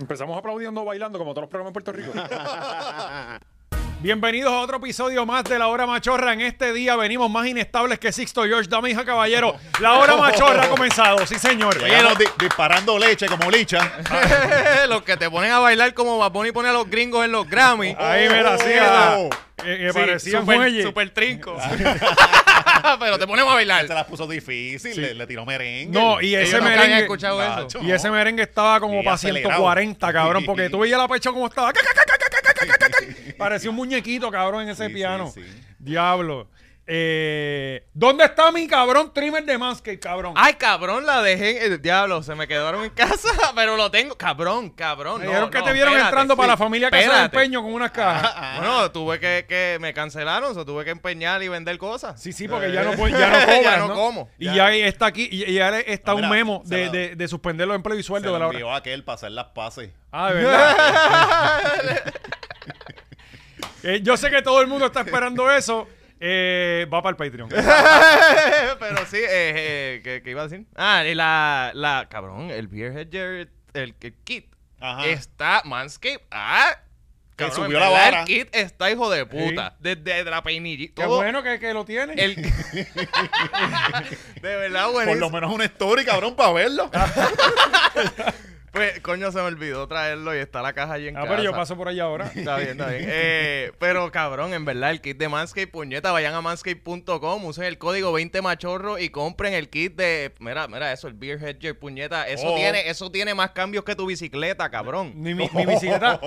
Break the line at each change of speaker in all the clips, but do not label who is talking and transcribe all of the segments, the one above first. Empezamos aplaudiendo, bailando, como todos los programas en Puerto Rico. Bienvenidos a otro episodio más de La Hora Machorra. En este día venimos más inestables que Sixto George, dama hija caballero. La Hora Machorra ha comenzado, sí señor.
Llegamos di- disparando leche como licha.
los que te ponen a bailar como Bad Bunny pone a los gringos en los Grammy.
Oh, Ahí me la hacía.
Oh.
Eh, eh,
Sí,
parecía un
super,
muelle. Ah.
super trinco. Pero te ponemos a
Se
bailar.
las puso difícil, le, le tiró merengue.
No, y
Ellos
ese
nunca habían
merengue.
escuchado
Nacho.
eso.
Y ese merengue estaba como
Y
para
acelerado.
140, cabrón, porque tú veías la pecho como estaba. Ca, ca, ca, ca, ca, ca, ca, ca, ca. Parecía un muñequito, cabrón, en ese
Sí, sí,
piano.
sí.
Diablo. Eh, ¿Dónde está mi cabrón trimmer de Manscaped, cabrón?
Ay, cabrón, la dejé. eh, diablo, se me quedaron en casa, pero lo tengo. Cabrón, cabrón.
Me
no,
dijeron que
no,
te vieron
espérate,
entrando para
sí,
la familia Casa del
espérate. Ah.
Empeño con unas cajas.
Bueno, tuve que, que me cancelaron, o sea, tuve que empeñar y vender cosas.
Sí, sí, porque ya no, puede- ya no cobras,
Eh, Ya no
¿no?
como.
Y ya,
Ya.
está aquí, y y ya está
No, mira,
un memo
se
de,
la-
de- de suspender los empleos y
Se
sueldos
lo
de la hora.
envió a aquel para hacer las pases.
Ah, de verdad. Eh, yo sé que todo el mundo está esperando eso. Eh, va para el Patreon.
Pero sí, eh, eh, ¿qué, qué iba a decir? Ah, y la, la cabrón, el Beer Hedger, el, el kit,
Ajá.
está Manscape. Ah,
Ah. Que
cabrón,
subió
en
la
verdad,
vara.
El kit está hijo de puta. Desde la peinillita.
Qué bueno que, que lo tiene.
El, de verdad,
Por lo
buenísimo.
menos una story, cabrón, para verlo.
Ah,
Pues, coño, se me olvidó traerlo y está la caja allí en
ah,
casa.
pero yo paso por allá ahora.
Está bien, está bien. Eh, pero cabrón, en verdad, el kit de Manscape, puñeta, vayan a manscape.com, usen el código 20machorro y compren el kit de. Mira, mira eso, el Beer Hedger, puñeta. Eso,
Oh.
tiene, eso tiene más cambios que tu bicicleta, cabrón.
Ni mi, mi bicicleta.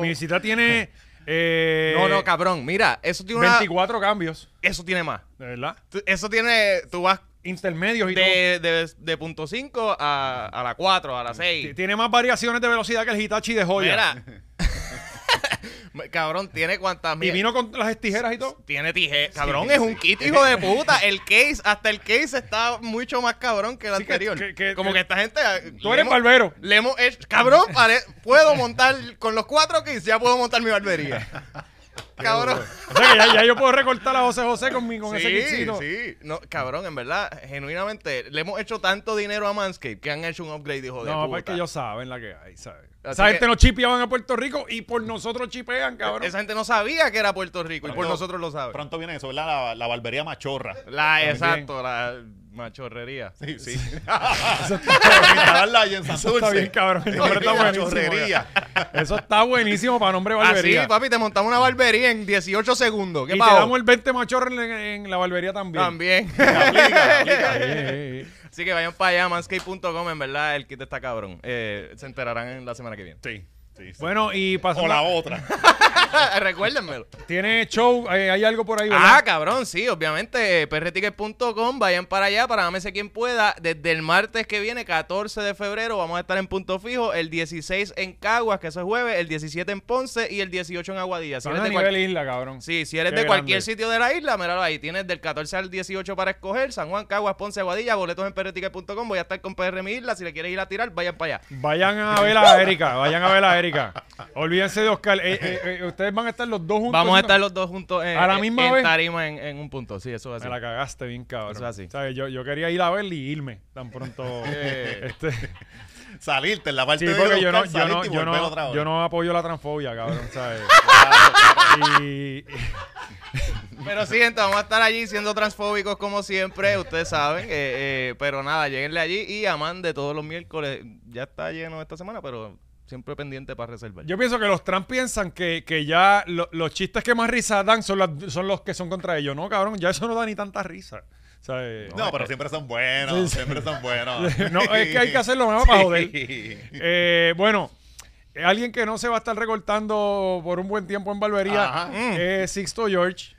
mi bicicleta tiene. eh,
No, no, cabrón, mira, eso tiene una.
24 cambios,
Eso tiene más.
de verdad.
Tú- Eso tiene. Tú vas
Intermedios y todo.
de, de, de punto 5 a, a la 4, a la 6.
T- Tiene más variaciones de velocidad que el Hitachi de Mm, joya.
Mira. cabrón, tiene cuantas
Y
mil.
vino con las tijeras y todo.
Tiene tijera. Cabrón, es un kit, hijo de puta. El case, hasta el case está mucho más cabrón que el
Sí, que-
anterior.
que- que-
Como
que-
que esta gente. ah,
Tú eres barbero.
Le hemos hecho- cabrón, pare- puedo montar. Con los cuatro kits ya puedo montar mi barbería. cabrón.
O sea que ya, ya yo puedo recortar a José José con, mi, con ese
Sí,
kitsito.
sí. No, cabrón, en verdad, genuinamente, le hemos hecho tanto dinero a Manscaped que han hecho un upgrade, hijo de
No,
puta.
porque ellos saben la que hay, ¿sabes?
Así
Esa gente
que-
nos chipeaban a Puerto Rico y por nosotros chipean, cabrón.
Esa gente no sabía que era Puerto Rico y por
Pronto-
nosotros lo sabe.
Pronto viene eso, ¿verdad? La, la barbería machorra.
La, exacto, la machorrería.
Sí, sí. Para instalarla allí en
Está
Santurce.
bien, cabrón. El nombre está buenísimo.
Chorrería.
ya. Eso está buenísimo para nombre de barbería.
Así, Ah, papi, te montamos una barbería en 18 segundos. ¿Qué
y te
pavo?
damos el 20 machorro en, en la barbería también.
También.
Aplica, aplica.
Eh, eh, eh.
Así que vayan para allá, manscape.com. En verdad, el kit está cabrón. Eh, se enterarán en la semana que viene.
Sí, sí, sí.
Bueno, y
O
pasando.
la otra.
Recuérdenmelo.
Tiene show, eh, hay algo por ahí,
Ah,
¿verdad?
cabrón, sí, obviamente. eh, prticket.com, vayan para allá, para dámese quien pueda. Desde el martes que viene, 14 de febrero, vamos a estar en punto fijo. El 16 en Caguas, que eso es jueves. El 17 en Ponce y el 18 en Aguadilla. Si
Son
eres
a
de
nivel
cual-
isla, cabrón.
Sí, si eres
Qué
de cualquier
grande.
sitio de la isla, míralo ahí. Tienes del 14 al 18 para escoger. San Juan, Caguas, Ponce, Aguadilla, boletos en prticket.com. Voy a estar con PR Mi Isla. Si le quieres ir a tirar, vayan para allá.
Vayan a ver a Erika, vayan a ver a Erika. Olvídense de Oscar. Eh, eh, eh, ustedes van a estar los dos juntos.
Vamos a
haciendo-
estar los dos juntos en,
¿A la
en-
misma
en
vez?
tarima en, en un punto. Sí, eso es
Me la
así.
cagaste bien, cabrón.
Eso es así.
¿Sabes? Yo, yo quería ir a verla y irme tan pronto.
Eh.
este,
Salirte en la parte
sí,
de
porque
buscar,
yo no, yo, no,
salirte y
yo,
volver otra
no,
vez.
yo no apoyo la transfobia, cabrón. ¿sabes? y,
Pero sí, gente, vamos a estar allí siendo transfóbicos como siempre. Ustedes saben. eh, eh, pero nada, lleguenle allí y aman de todos los miércoles. Ya está lleno esta semana, pero siempre pendiente para reservar.
yo pienso que los trans piensan que, que ya lo- los chistes que más risa dan son, las- son los que son contra ellos. No, cabrón, ya eso no da ni tanta risa. ¿sabes?
No, pero siempre son buenos,
Sí, sí.
siempre son buenos.
No, es que hay que hacerlo nuevo para joder.
Sí.
Eh, bueno, eh, alguien que no se va a estar recortando por un buen tiempo en barbería
Ajá. Mm.
es Sixto George.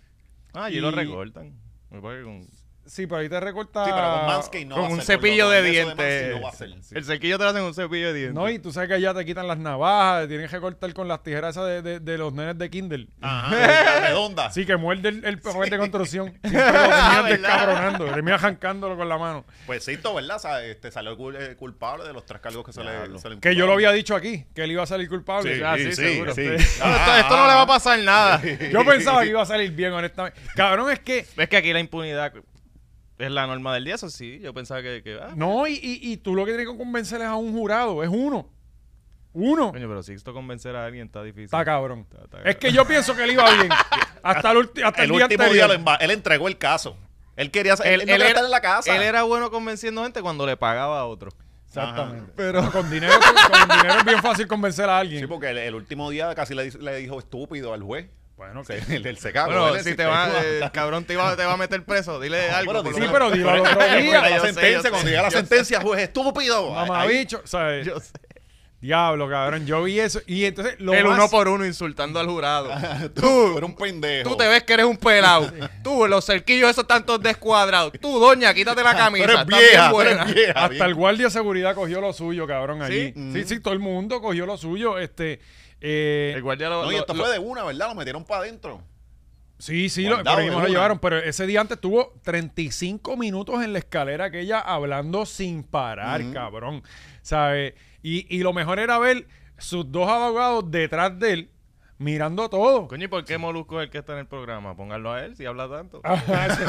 Ah, allí lo
y-
recortan. Me parece con-
Sí, pero ahí te recorta.
Sí, pero con Manscaped no
Ah, con
va a
un
hacer,
cepillo
con
de
eso Manscaped
dientes.
no va a hacer, sí.
El cerquillo te lo hacen con un cepillo de dientes.
No, y tú sabes que allá te quitan las navajas, tienes que cortar con las tijeras esas de, de- de los nenes de Kindle.
Ajá, la redonda.
Sí, que muerde el, el papel de construcción. Siempre lo
Ah,
terminas
¿Verdad?
descabronando, terminas jancándolo con la mano.
Pues sí, esto, ¿verdad? Sa- Este, salió cul- eh, culpable de los tres cargos que se le, se le
Que yo
imputaron.
lo había dicho aquí, que él iba a salir culpable.
Sí,
Ah, sí,
sí,
seguro.
sí. Ah.
Este-
No, esto, esto no le va a pasar nada.
Yo pensaba que iba a salir bien, honestamente. Cabrón, es que
Es que aquí la impunidad es la norma del día, eso sí. Yo pensaba que. que, ah,
No, y, y- y tú lo que tienes que convencerles a un jurado es uno. Uno.
Coño, pero Sixto convencer a alguien está difícil.
Está cabrón.
Está- está
Es que yo pienso que él iba bien. Hasta el, ulti- hasta el
El
día
último día
anterior.
lo emba- él entregó el caso. Él quería él, él no quería estar en la casa.
él era bueno convenciendo gente cuando le pagaba a otro.
Exactamente. Pero con dinero, con dinero es bien fácil convencer a alguien.
Sí, porque el, el último día casi le, di- le dijo estúpido al juez.
Bueno,
Se- el, el se cagó.
Bueno,
Él
si
se
te va,
cagó.
eh, cabrón, te, iba, te va a meter preso. Dile algo.
Bueno,
por lo
sí,
dice-
menos.
pero dilo al otro
Pero
día.
la
yo sé,
sentencia,
yo sé.
cuando llega la
Yo
sentencia, juez estúpido. Ahí-
Mamabicho. O sea, eh,
Yo sé.
diablo, cabrón. Yo vi eso. Y entonces lo
el
más-
uno por uno insultando al jurado.
Tú eres un pendejo.
Tú te ves que eres un pelado. Tú, los cerquillos esos tantos descuadrados. Tú, doña, quítate la
Tú
camisa.
eres
estás
vieja,
bien
tú eres
buena.
vieja.
Hasta
bien. Mm.
el guardia de seguridad cogió lo suyo, cabrón, allí.
¿Sí?
Sí, sí, todo el mundo cogió lo suyo. Este, eh,
El guardia lo,
No, y
lo-
esto
lo-
fue de una, ¿verdad? Lo metieron para adentro.
sí, sí, lo,
guardado
por ahí
de
mismo lo
una.
llevaron. Pero ese día antes tuvo 35 minutos en la escalera aquella hablando sin parar, cabrón. ¿Sabes? Y, y lo mejor era ver sus dos abogados detrás de él mirando todo.
Coño, ¿y por qué Molusco es el que está en el programa? Pónganlo a él si habla tanto.
Ajá, sí.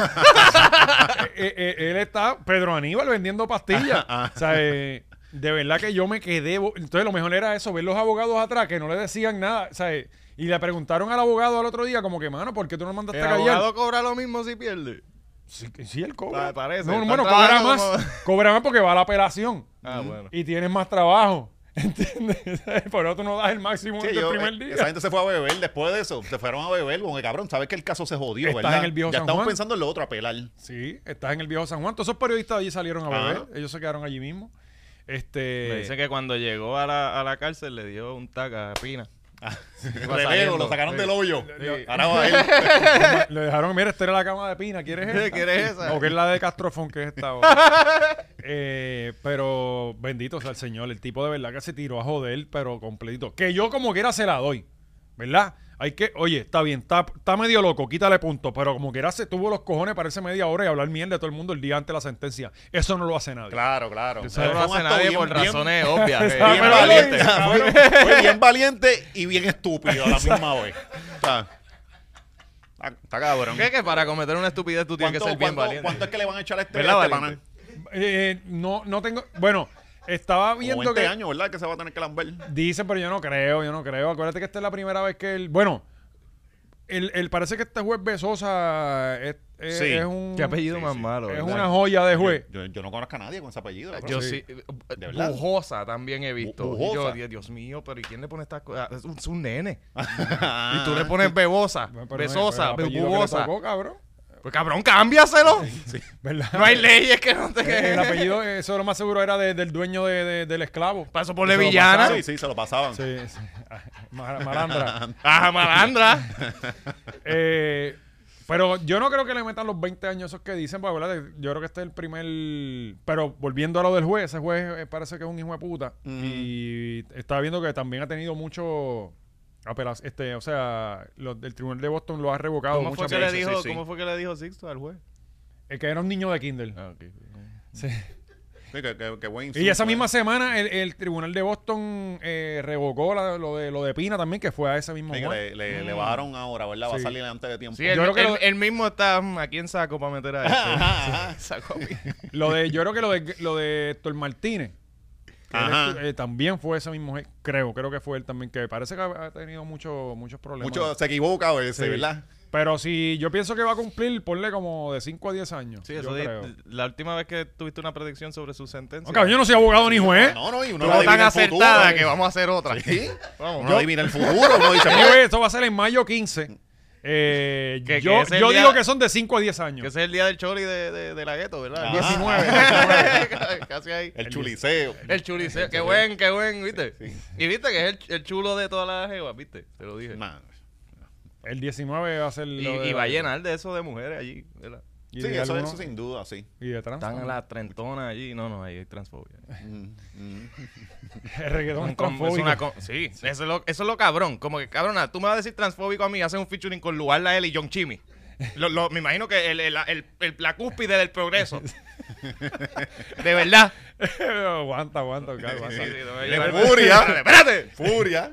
Eh, eh, él está, Pedro Aníbal, vendiendo pastillas. o sea, eh, de verdad que yo me quedé. bo- Entonces, lo mejor era eso, ver los abogados atrás que no le decían nada. o sea, eh, y le preguntaron al abogado al otro día, como que, mano, ¿por qué tú no lo mandaste
el
a callar?
abogado cobra lo mismo si pierde.
Sí, sí, él cobra.
Ah, parece,
No,
están
bueno, cobra más.
trabajando
Cobra más porque va a la apelación.
Ah, bueno.
Y tienes más trabajo. ¿Entiendes? Por eso tú no das el máximo
Sí,
del
yo- eh,
primer
Esa
día.
gente se fue a beber después de eso. Se fueron a beber, porque cabrón, sabes que el caso se jodió,
Estás
¿verdad?
en el viejo
ya
San
estamos
Juan.
pensando en lo otro, apelar.
Sí, estás en el viejo San Juan. Todos esos periodistas allí salieron a beber.
Ajá.
Ellos se quedaron allí mismo.
Me
Este.
dice que cuando llegó a la, a la cárcel le dio un taca a Pina. Iba
Relevo,
saliendo.
lo sacaron
Sí.
del hoyo.
Sí.
Ahora va él.
Le dejaron, mira, esta era la cama de Pina, ¿quieres esta?
¿Quieres esa?
O que es la de Castrofón, que es esta otra. Eh, pero bendito sea el Señor, el tipo de verdad que se tiró a joder, pero completito. Que yo como quiera se la doy, ¿verdad? Hay que, oye, está bien, está, está medio loco, quítale punto, pero como quiera se tuvo los cojones para irse media hora y hablar mierda de todo el mundo el día antes de la sentencia. Eso no lo hace nadie.
Claro, claro.
Eso
No lo
Fue un
hace
acto
nadie
bien-
por
bien-
razones obvias.
Ah,
Bien
pero lo
valiente.
hice, cabrón.
Fue- fue bien valiente y bien estúpido a la misma vez. O sea, está, está cabrón.
¿Qué que para cometer una estupidez tú tienes que
¿Cuánto,
ser bien
cuánto-
valiente?
cuánto es que le van a echar a este,
¿Verdad,
a este
valiente?
panel?
Eh, no, no tengo, bueno, estaba
Como
viendo
20
que...
años, ¿verdad? Que se va a tener que lamber.
Dice, pero yo no creo, yo no creo. Acuérdate que esta es la primera vez que él. Bueno, él, él parece que este juez Besosa es, es-
Sí.
es un.
Qué apellido más malo.
Es
¿verdad?
una joya de juez.
Yo, yo no conozco a nadie con ese apellido. cabrón.
Yo
Sí.
sí. eh,
De verdad.
Bujosa también he visto.
Bu-
Y yo,
Bujosa.
Dios, Dios mío, pero ¿y quién le pone estas cosas? Es un, es un nene.
Ah.
Y tú le pones bebosa,
Bueno, pero
besosa,
pero el apellido que le
bubosa.
tocó, cabrón.
Pues cabrón, cámbiaselo.
¿Verdad?
No hay leyes que no te
El, el apellido, eso lo más seguro era de- del dueño de- de- del esclavo.
Paso por la
Eso lo
villana.
pasaron.
Sí, sí, se lo pasaban.
Sí, sí. Mar- Malandra.
Ajá, malandra.
Eh, pero yo no creo que le metan los 20 años esos que dicen, porque acuérdate, yo creo que este es el primer... Pero volviendo a lo del juez, ese juez eh, parece que es un hijo de puta. Y estaba viendo que también ha tenido mucho... apela- Este, o sea, los del tribunal de Boston lo ha revocado
¿Cómo fue,
muchas
que le
veces.
dijo,
sí, sí.
¿Cómo fue que le dijo Sixto al juez?
Eh, que era un niño de Kindle.
Ah, ok.
Sí.
Sí, que, que- que buen
Y esa
insulto,
misma
eh.
semana el, el tribunal de Boston eh, revocó la- lo, de, lo de Pina también, que fue a ese mismo
Sí, que
juez.
le, le, le bajaron ahora, ¿verdad? Va a
Mm. Sí.
salir antes de tiempo.
Sí, él,
Yo creo que
él-
lo-
él mismo está mm, aquí en saco para meter a
Ajá,
este. saco a mí.
Lo de, yo creo que lo de, lo de Héctor Martínez. que él
Ajá.
estu- eh, también fue ese mismo, je- creo, creo que fue él también, que parece que ha ha tenido mucho- muchos problemas.
Mucho se equivoca a veces,
Sí.
¿verdad?
Pero si yo pienso que va a cumplir, ponle como de 5 a 10 años.
Sí,
yo
eso di-
creo.
la última vez que tuviste una predicción sobre su sentencia.
No, cabrón, yo no soy abogado ni juez.
Ah, No, no, y uno
Estuvo tan
adivina el futuro.
acertada que vamos a hacer otra.
Sí.
Vamos.
Uno adivina el futuro. Uno dice,
Anyway, esto va a ser en mayo 15. Eh,
Que- que
yo
es el
yo
día-
digo que son de 5 a 10
Que
años.
ese es el día del choli de, de- de la gueto,
Ah.
¿verdad?
Ajá.
19. Casi ahí.
El chuliceo.
El chuliceo. Qué buen, qué buen, ¿viste?
Sí.
Y viste que es el, el chulo de todas las jevas, ¿viste? Te lo dije.
Nah.
El 19 va a ser...
Y,
lo de-
y va a llenar de eso de mujeres allí, ¿verdad?
y
Sí,
de
eso,
algunos-
eso sin duda, sí.
Y de trans.
Están las trentonas allí. No, no, ahí hay transfobia.
Mm, mm.
El reggaetón
Un
es
com- es
transfóbico.
una com- sí, Eso, es lo, eso es lo cabrón. Como que, cabrona, tú me vas a decir transfóbico a mí, haces un featuring con Lugar Lael y John Chimmy. Lo- lo- me imagino que el- el- el- el- la cúspide del progreso. de verdad.
aguanta, aguanta, ok, aguanta.
Sí, sí, te voy a
De
llevar-
furia.
¡Espérate!
Furia.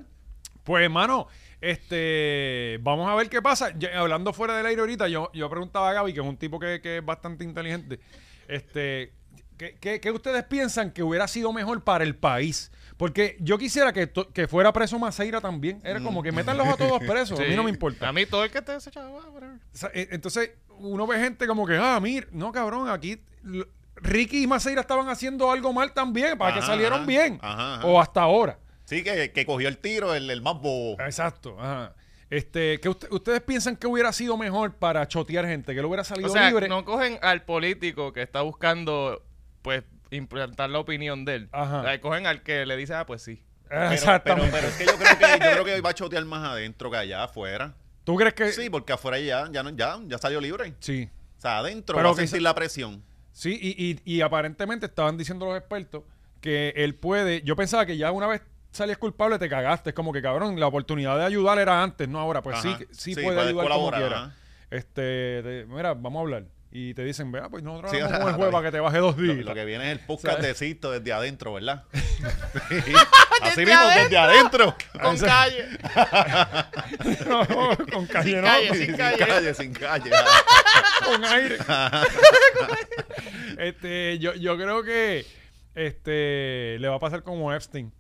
Pues, hermano, este, vamos a ver qué pasa. Ya, hablando fuera del aire ahorita, yo, yo preguntaba a Gaby, que es un tipo que, que es bastante inteligente, este, ¿qué, qué, qué ustedes piensan que hubiera sido mejor para el país? Porque yo quisiera que, to- que fuera preso Maceira también. Era como que métanlos a todos presos. A mí no me importa.
Ah.
A mí todo el que esté desechado, ah, whatever.
O sea, eh, Entonces, uno ve gente como que, ah, mira, no, cabrón, aquí lo- Ricky y Maceira estaban haciendo algo mal también para que
Ajá,
salieron
ajá.
bien.
Ajá, ajá.
O hasta ahora.
Sí, que, que cogió el tiro el, el más bobo.
Ah, Exacto. Ajá. Este, que ustedes piensan que hubiera sido mejor para chotear gente, que lo hubiera salido
O sea,
libre.
no cogen al político que está buscando, pues, implantar la opinión de él.
Ajá.
O sea, cogen al que le dice, ah, pues sí.
Ah,
Pero, pero,
Exactamente.
pero es que yo creo que, yo creo que va a chotear más adentro que allá afuera.
¿Tú crees que
Sí, porque afuera ya, ya, no- ya, ya salió libre.
Sí.
O sea, adentro
Pero
va a
quizá-
sentir la presión.
Sí, y, y- y aparentemente estaban diciendo los expertos que él puede. Yo pensaba que ya una vez salías culpable te cagaste. Es como que, cabrón, la oportunidad de ayudar era antes, no ahora. Pues
Ajá.
sí, sí,
Sí,
puede
puedes
ayudar como
colaborar,
quiera.
ajá.
Este, te- mira, vamos a hablar. Y te dicen, vea, pues nosotros
Sí,
hablamos
ajá,
con el juez para que te baje dos
Lo,
días.
lo que viene es el podcast
O sea-
de Cito desde adentro, ¿verdad? Así
Desde
mismo, desde adentro.
Con
Esa-
calle.
No, con calle, no,
calle,
con-
Sin calle.
sin calle.
con aire. este, yo, yo creo que este le va a pasar como Epstein.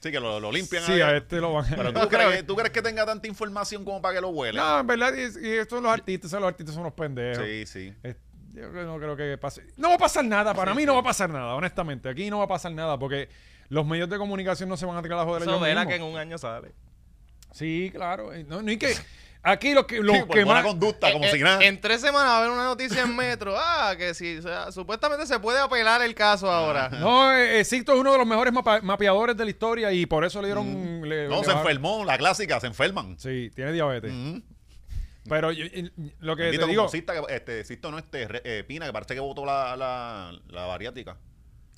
Sí, que lo, lo limpian.
Sí,
allá.
a este lo van a.
Pero
No
¿tú, crees
creo.
que, tú crees que tenga tanta información como para que lo huele.
No, en verdad, y, y estos los artistas, los artistas son unos pendejos.
sí, sí.
Es- Yo creo- no creo que pase. No va a pasar nada, para mí no va a pasar nada, honestamente. Aquí no va a pasar nada porque los medios de comunicación no se van a tirar la joder
Eso
ellos
verá
mismos.
que en un año sale.
Sí, claro. eh, No, no, y que aquí los que, los
Sí, por
que
buena
más.
conducta, como
Eh,
si
eh,
nada.
En tres semanas va a haber una noticia en Metro. Ah, que sí. o sea, supuestamente se puede apelar el caso ahora.
No, eh, eh, Sixto es uno de los mejores mapa- mapeadores de la historia y por eso le dieron. le- le
Mm. no, se
bajaron.
enfermó, la clásica, se enferman.
Sí, tiene diabetes.
Ujú.
Pero yo- y- lo que
Mm. Bendito
te digo.
como Cista, que, este, Sisto no, este, re- eh, Pina, que parece que votó la, la, la bariátrica.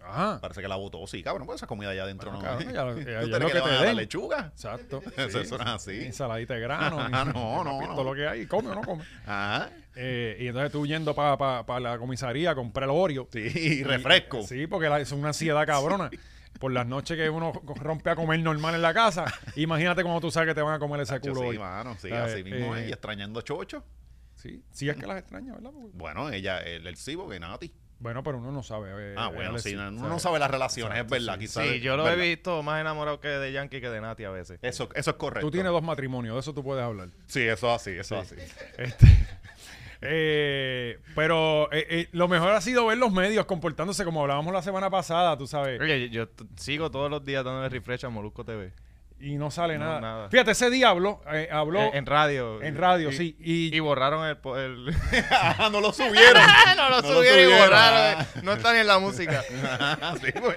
Ajá.
Parece que la votó, sí, cabrón, pues esa comida allá adentro
Bueno,
no.
cabrón, ya lo-
¿Tú
ya-
te
ya
crees
lo
que
que
le
te
van a dar
den.
lechuga?
Exacto.
Eso
sí.
suena así.
Ensaladita de grano.
Ah, no, no,
Todo lo
no.
que hay. Come o no come.
Ajá.
Eh, y entonces tú yendo para la comisaría a comprar el Oreo.
Sí, y refresco.
Sí, porque la- es una ansiedad cabrona. Por las noches que uno co- rompe a comer normal en la casa, imagínate cuando tú sabes que te van a comer ese
Yo
culo hoy.
sí, mano, sí,
¿Sabes?
así mismo
Eh,
es, y extrañando a Chocho.
Sí, sí es que las extraña, ¿verdad? Porque-
Bueno, ella, el, el Cibo, que Nati.
Bueno, pero uno no sabe. eh,
Ah, bueno,
Alex,
sí, no- uno
¿sabes?
no sabe las relaciones, es verdad, quizás.
Sí, yo lo
¿verdad?
he visto más enamorado que de Yankee que de Nati a veces.
Eso, eso es correcto.
Tú tienes dos matrimonios, de eso tú puedes hablar.
Sí, eso así, eso así.
Este, eh, pero eh, eh, lo mejor ha sido ver los medios comportándose como hablábamos la semana pasada, tú sabes.
Oye, yo, yo t- sigo todos los días dándole refresh a Molusco TV.
Y no sale
No,
nada.
nada.
Fíjate, ese diablo eh, habló
Eh, En,
en,
radio.
radio,
Y-
sí. Y,
Y borraron el... po- el-
Ah, no lo subieron. No
no lo
lo
subieron y
subieron,
borraron.
ah.
No está ni en la música.
Ah, sí, pues.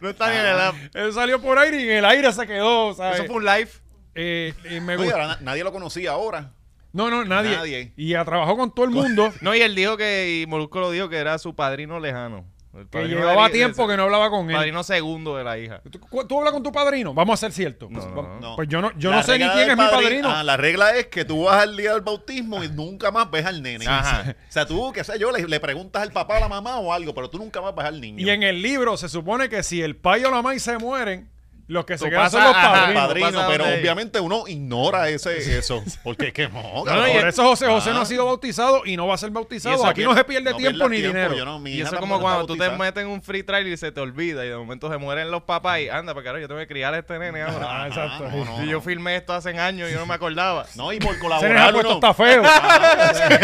No está ni en el app.
él salió por aire y en el aire se quedó, ¿sabes?
Eso fue un live.
Eh, eh, me
Oye,
gusta.
ahora na- nadie lo conocía ahora.
No, no, nadie.
Nadie.
Y a, trabajó con todo el mundo.
No, y él dijo que... Y Molusco lo dijo que era su padrino lejano. El
que
padrino
llevaba
de-
tiempo que no hablaba con él.
Padrino segundo de la hija.
¿Tú, cu- tú hablas con tu padrino? Vamos a ser ciertos.
No,
Pues,
no,
va-
no.
pues yo no, yo
La
no sé ni
regla
quién
del
es mi
padri-
padrino.
Ah, la regla es que tú vas al día del bautismo y nunca más ves al nene.
Ajá.
O sea, tú, qué sé yo, le, le preguntas al papá o a la mamá o algo, pero tú nunca más ves al niño.
Y en el libro se supone que si el pai o la mai se mueren, los que se
Tú
quedan son
pasas-
los
ajá,
padrinos.
padrino,
pasa
pero
donde-
obviamente uno ignora ese eso. Porque es que no,
no,
cabrón.
y-
Por eso José José
Ah.
no ha sido bautizado y no va a ser
Y
bautizado.
eso
Aquí
pier-
no se pierde
no
tiempo
pierdas
ni
tiempo,
dinero.
yo no, mi
Y
hija
eso es
tampoco
como
está
cuando tú te
bautizada.
metes en un free trial y se te olvida y de momento se mueren los papás y anda, porque ahora yo tengo que criar a este nene ahora.
Ah, exacto.
no, no.
y yo filmé esto hace años y yo no me acordaba.
No, y por
Se les ha
colaborar
puesto
uno.
hasta feo.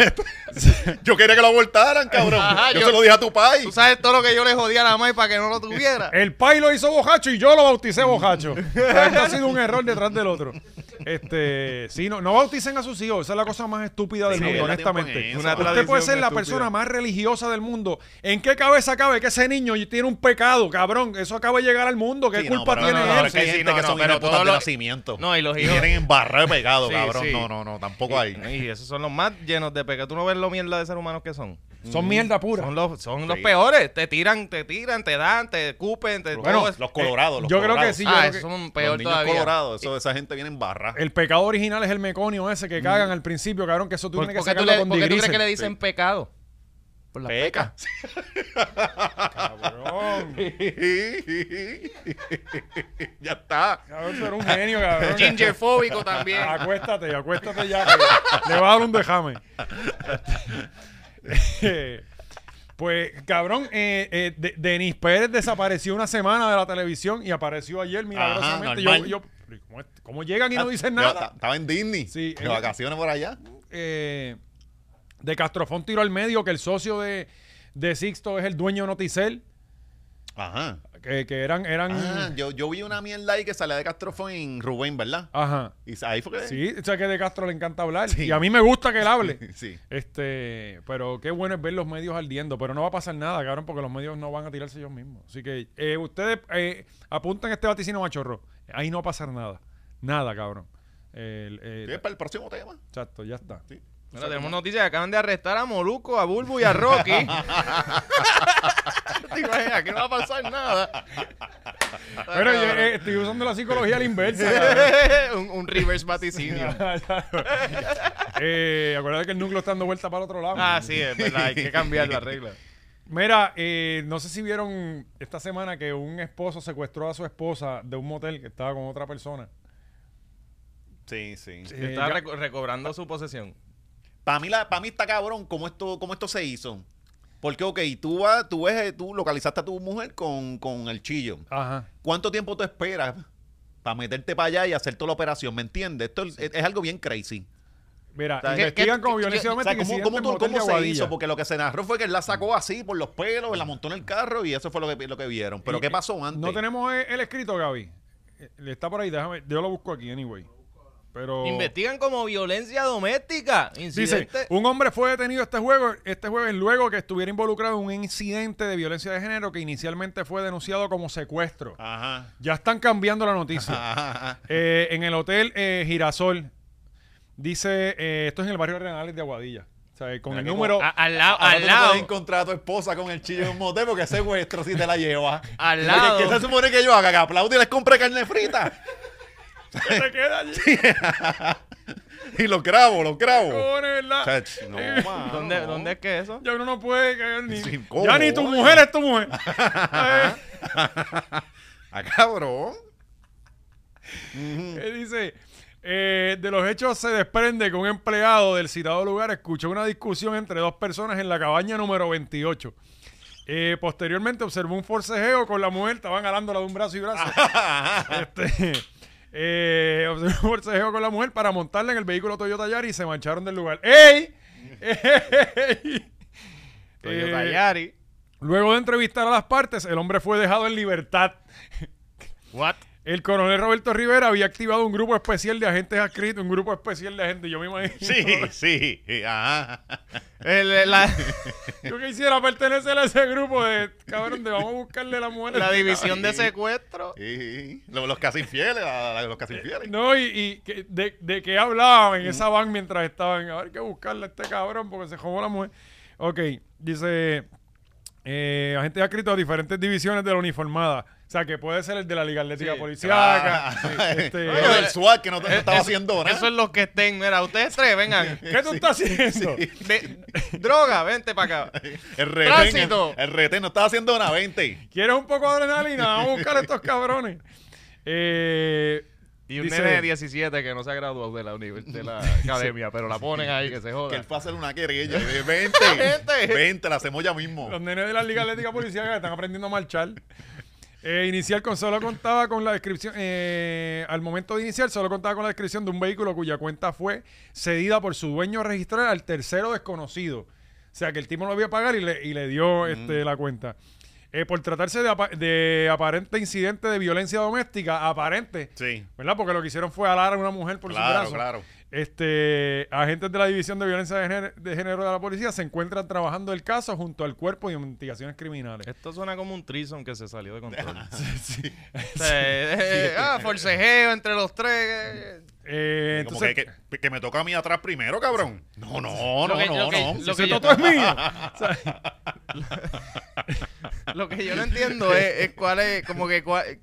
Yo quería que lo abortaran, cabrón.
Ajá,
yo,
yo-
se lo dije a tu país.
Tú sabes todo lo que yo le jodía a la May para que no lo tuviera.
El pai lo hizo bojacho y yo lo bauticé bojacho. O sea, esto ha sido un error detrás del otro. Este, sí, no, no bauticen a sus hijos. Esa es la cosa más estúpida del
Sí,
mundo,
pierda tiempo en
honestamente.
eso.
Una
Una
Usted puede
tradición
ser la
estúpida.
persona más religiosa del mundo. ¿En qué cabeza cabe que ese niño tiene un pecado, cabrón? Eso acaba de llegar al mundo. ¿Qué
Sí, no,
culpa
pero
tiene
no, no,
él?
es que hay
Sí, sí,
gente
no,
que
no,
son
pero
hijueputas
todos
de
los-
nacimiento.
No, y los
Y
hijos-
vienen embarrados de pecado,
Sí,
cabrón.
sí.
No, no, no, tampoco hay.
Y esos son los más llenos de pecado. Tú no ves lo mierda de ser humanos que son.
Son mierda pura.
Son los, son los
Sí.
peores. Te tiran, te tiran, te dan, te escupen, te
Bueno, eh,
todo eso.
los colorados, los
yo creo que
colorados.
sí, Eh, yo
ah,
creo
esos
que-
son
los
peor
niños
todavía.
colorados, eso, esa gente viene en barra.
El pecado original es el meconio ese que cagan al principio, cabrón, que eso tú
¿Por,
tienes que
por qué tú,
sacarlo
le,
con
por qué tú
digrises.
crees que le dicen pecado? Por la
Peca.
Cabrón,
ya está.
cabrón, tú eres un genio, cabrón.
Gingerfóbico también.
Ah, Acuéstate, acuéstate ya. que le va a dar un dejame. Eh, Pues, cabrón, eh, eh, De- Denis Pérez desapareció una semana de la televisión y apareció ayer milagrosamente. Yo-
normal.
yo- pero ¿y ¿cómo, es- cómo llegan
Ah,
y no dicen
Yo
nada?
ta- Ah, Estaba en Disney.
Sí,
De
él-
vacaciones por allá.
Eh, de Castrofón tiró al medio que el socio de, de Sixto es el dueño de Noticel,
Ajá.
que, que eran... eran
Ah, yo, yo vi una mierda ahí que salía de Castrofón en Rubén, ¿verdad?
Ajá.
Y ahí fue que...
Sí, o sea que de Castro le encanta hablar.
Sí.
Y a mí me gusta que él hable.
Sí.
Este, pero qué bueno es ver los medios ardiendo, pero no va a pasar nada, cabrón, porque los medios no van a tirarse ellos mismos. Así que eh, ustedes eh, apuntan este vaticino machorro. Ahí no va a pasar nada. Nada, cabrón. El- el-
¿Qué es para el próximo tema?
exacto, ya está.
Sí.
Mira, tenemos noticias que acaban de arrestar a Moruco, a Bulbu y a Rocky. Digo, "Eh, aquí no va a pasar nada.
Ah,
Pero yo,
Cabrón.
eh, estoy usando la psicología a la inversa. cabrón.
un, un reverse vaticinio.
eh, acuérdate que el núcleo está dando vuelta para el otro lado.
ah, sí, es verdad, hay que cambiar la regla.
Mira, eh, no sé si vieron esta semana que un esposo secuestró a su esposa de un motel que estaba con otra persona.
Sí, sí.
Sí.
Está
Eh, ya-
reco- recobrando su posesión.
Para mí, la, para mí está cabrón cómo esto, cómo esto se hizo. Porque, ok, tú, vas, tú, ves, eh, tú localizaste a tu mujer con, con el chillo.
Ajá.
¿Cuánto tiempo tú esperas para meterte para allá y hacer toda la operación? ¿Me entiendes? Esto es, es algo bien crazy.
Mira,
O sea,
investigan
¿qué-
como
qué-
violencia
O sea,
doméstica.
¿cómo,
incidente
cómo
en
tú-
motel de
cómo se
Aguadilla.
hizo? Porque lo que se narró fue que él la sacó así por los pelos, la montó en el carro y eso fue lo que, lo que vieron. Pero,
Y- eh,
¿qué pasó antes?
No tenemos el, el escrito, Gaby. Eh, Está por ahí, déjame. Yo lo busco aquí, anyway.
Oh.
Pero.
Investigan como violencia doméstica.
Dice,
Incidente.
un hombre fue detenido este juego, este jueves luego que estuviera involucrado en un incidente de violencia de género que inicialmente fue denunciado como secuestro.
Ah.
Ajá.
Ya están cambiando la noticia.
Ajá, ajá.
Eh, en el hotel eh, Girasol. Dice, eh, esto es en el barrio Renales de Aguadilla. O sea, eh, con
Mira ah,
el
que
número.
A- al lado,
Ahora
al
tú no puedes
lado,
encontrar a tu esposa con el chillo en un motel porque ese vuestro si te la lleva.
al
Oye, ¿Qué se
lado.
supone que yo haga? ¿Que aplaude y les compre carne frita?
¿Qué te queda allí?
y los grabo, los grabo.
cojones, ¿verdad?
Chach, no, mano.
¿Dónde, ¿Dónde es que eso?
Ya uno no puede caer ni.
Sí, ¿cómo?
Ya ni tu mujer es tu mujer. Eh,
Ah, cabrón.
eh, dice. eh, de los hechos se desprende que un empleado del citado lugar escuchó una discusión entre dos personas en la cabaña número 28. Eh, posteriormente observó un forcejeo con la mujer, estaban jalándola de un brazo y brazo. Este, eh, observó un forcejeo con la mujer para montarla en el vehículo Toyota Yaris y se marcharon del lugar. ¡Ey! ¡Ey!
Toyota
Eh,
Yari.
Luego de entrevistar a las partes, el hombre fue dejado en libertad.
What?
El coronel Roberto Rivera había activado un grupo especial de agentes adscritos, un grupo especial de agentes. Yo me imagino.
sí. Ajá.
El- la,
Yo quisiera pertenecer a ese grupo de cabrón de vamos a buscarle la mujer.
la división de secuestro.
Sí, sí. Los, los casi infieles, la- la- los casi infieles.
No, y, y que- de, de qué hablaban en esa van mientras estaban. A ver, que buscarle a este cabrón porque se jodó la mujer. Ok, dice. Eh, agentes adscritos a diferentes divisiones de la uniformada. O sea, que puede ser el de la Liga Atlética
Sí.
Policiaca.
Ah,
sí, este-
Oye, el SWAT que no, no estaba
Eso-
haciendo nada.
Eso es los que estén. Mira, ustedes tres, vengan.
¿Qué tú estás haciendo?
Ve- droga, vente para acá.
el retén, el,
Tránsito.
el retén no estaba haciendo nada, 20.
¿Quieres un poco de adrenalina? Vamos a buscar a estos cabrones. Eh,
Y un
dice-
nene de 17 que no se ha graduado de la, univer- de la academia, pero la ponen ahí que se
Que
joda.
él fue a hacer una querella. y de 20. 20, la hacemos ya mismo.
Los nenes de la Liga Atlética Policial están aprendiendo a marchar. Eh, inicial con solo contaba con la descripción. eh, al momento de iniciar, solo contaba con la descripción de un vehículo cuya cuenta fue cedida por su dueño a registrar al tercero desconocido. O sea que el tipo no lo vio pagar y le, y le
Mm.
dio este, la cuenta. Eh, por tratarse de, apa- de aparente incidente de violencia doméstica, aparente,
Sí.
¿verdad? Porque lo que hicieron fue alar a una mujer por su
Claro,
brazo.
claro.
Este, agentes de la División de Violencia de Género de, Género de la Policía se encuentran trabajando el caso junto al cuerpo de investigaciones
Este,
criminales.
Esto suena como un trison que se salió de control.
Sí.
O sea, eh, eh, ah, forcejeo entre los tres. eh.
Eh,
Como
entonces,
que, que- que me toca a mí atrás primero, cabrón. No, no,
Lo
no,
que-
no,
lo que-
no.
lo
ese
que yo-
toto es mío.
Lo que yo no entiendo es, es cuál es, como que cuál-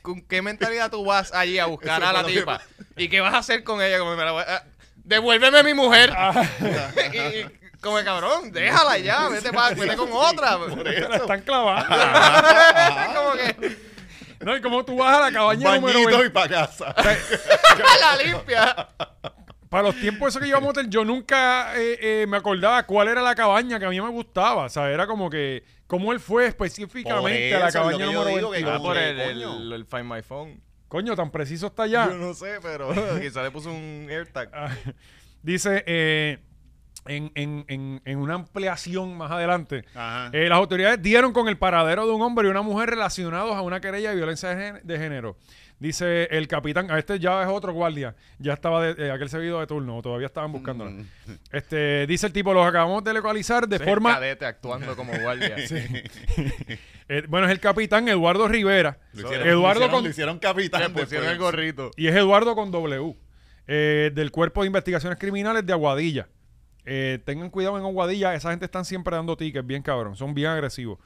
con qué mentalidad tú vas allí a buscar
Eso
a la
fue lo que-
tipa y qué vas a hacer con ella, como me la voy a- ah, devuélveme a mi mujer. y, y como que, cabrón, déjala ya, vete, pa- vete con otra.
Por
La
eso.
están clavando.
como que
No, y como tú vas a la cabaña número
Bañito
20.
y para casa.
la limpia.
para los tiempos esos que llevamos a hotel, yo nunca eh, eh, me acordaba cuál era la cabaña que a mí me gustaba. O sea, era como que, cómo él fue específicamente a
Por eso
la
es lo
cabaña
que yo
número
digo, que
22.
Ah, por
Hombre,
el, el-
coño.
el Find My Phone.
Coño, tan preciso está ya.
Yo no sé, pero quizá le puso un AirTag.
Ah, Dice, eh, en, en- en- en una ampliación más adelante,
Ajá.
eh, las autoridades dieron con el paradero de un hombre y una mujer relacionados a una querella de violencia de, gen- de género. Dice el capitán, a este ya es otro guardia, ya estaba de, eh, aquel seguido de turno, todavía estaban buscándola. Este, dice el tipo, los acabamos de localizar de
Ese es el
forma...
cadete actuando como guardia.
eh, bueno, es el capitán Eduardo Rivera.
Lo
Eduardo
lo hicieron,
con-
lo hicieron capitán.
Le pusieron
después.
pues.
el gorrito.
Y es Eduardo con W, eh, del Cuerpo de Investigaciones Criminales de Aguadilla. Eh, tengan cuidado en Aguadilla, esa gente están siempre dando tickets, bien cabrón, son bien agresivos.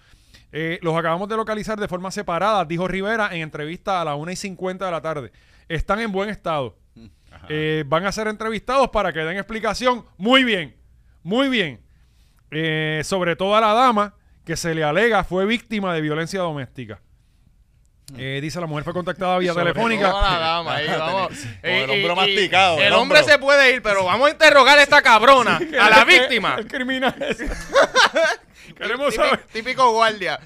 Eh, los acabamos de localizar de forma separada, dijo Rivera en entrevista a las 1 y 50 de la tarde. Están en buen estado.
Mm.
Ajá.
Eh, van a ser entrevistados para que den explicación. Muy bien, muy bien. Eh, sobre todo a la dama que se le alega fue víctima de violencia doméstica. Eh, dice la mujer fue contactada vía
Mm. Sobre
telefónica.
todo a la dama, ahí, vamos. Eh,
Con el
Y- y-
hombro
y-
masticado,
El,
el
hombre
hombro.
se puede ir, pero vamos a interrogar a esta cabrona, a la víctima.
El criminal. Queremos
Típico-
saber.
Típico guardia.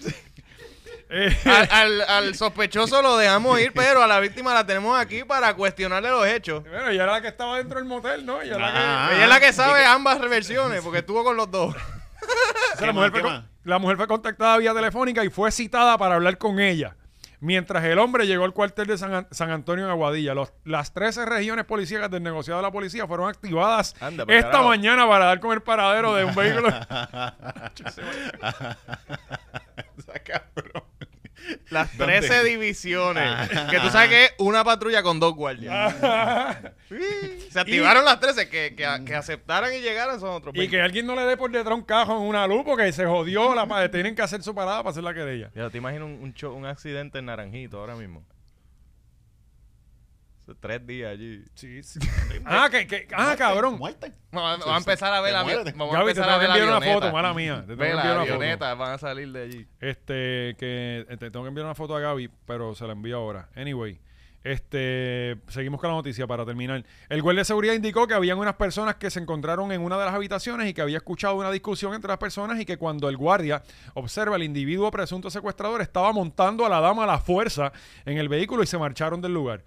Eh,
Al, al- al sospechoso lo dejamos ir, pero a la víctima la tenemos aquí para cuestionarle los hechos.
bueno, ella era la que estaba dentro del motel, ¿no? Ella era la que-
Ah,
Ella es la que sabe ambas versiones, porque estuvo con los
O
dos.
sea,
¿Qué
la, mujer
más,
fue
qué
con-
más?
la mujer fue contactada vía telefónica y fue citada para hablar con ella. Mientras el hombre llegó al cuartel de San, An- San Antonio en Aguadilla, Los- las 13 regiones policíacas del negociado de la policía fueron activadas
Anda, pa'
esta
carajo.
mañana para dar con el paradero de un vehículo.
O sea, cabrón.
Las
¿Dónde?
13 divisiones. Que tú sabes que es una patrulla con dos guardias. Se activaron las 13. Que, que, que aceptaran y llegaran son otros.
y que alguien no le dé por detrás un cajo en una luz porque se jodió. La, pa- tienen que hacer su parada para hacer la querella.
te imagino un, un, cho- un accidente en Naranjito ahora mismo. Eso es Tres días allí.
Sí, sí. ah, que, que-
eh,
ah, cabrón.
Muerte.
Vamos, a- vamos a empezar a ver
Te
la
mueres.
Vamos a
Gaby, te
empezar
tengo que
a ver la
enviar una
avioneta.
foto, mala mía. Te tengo que
Ve
enviar
la
una foto.
avioneta, van a salir de allí.
Este, que eh, te tengo que enviar una foto a Gaby, pero se la envío ahora. Anyway, este, seguimos con la noticia para terminar. El guardia de seguridad indicó que habían unas personas que se encontraron en una de las habitaciones y que había escuchado una discusión entre las personas y que cuando el guardia observa al individuo presunto secuestrador estaba montando a la dama a la fuerza en el vehículo y se marcharon del lugar.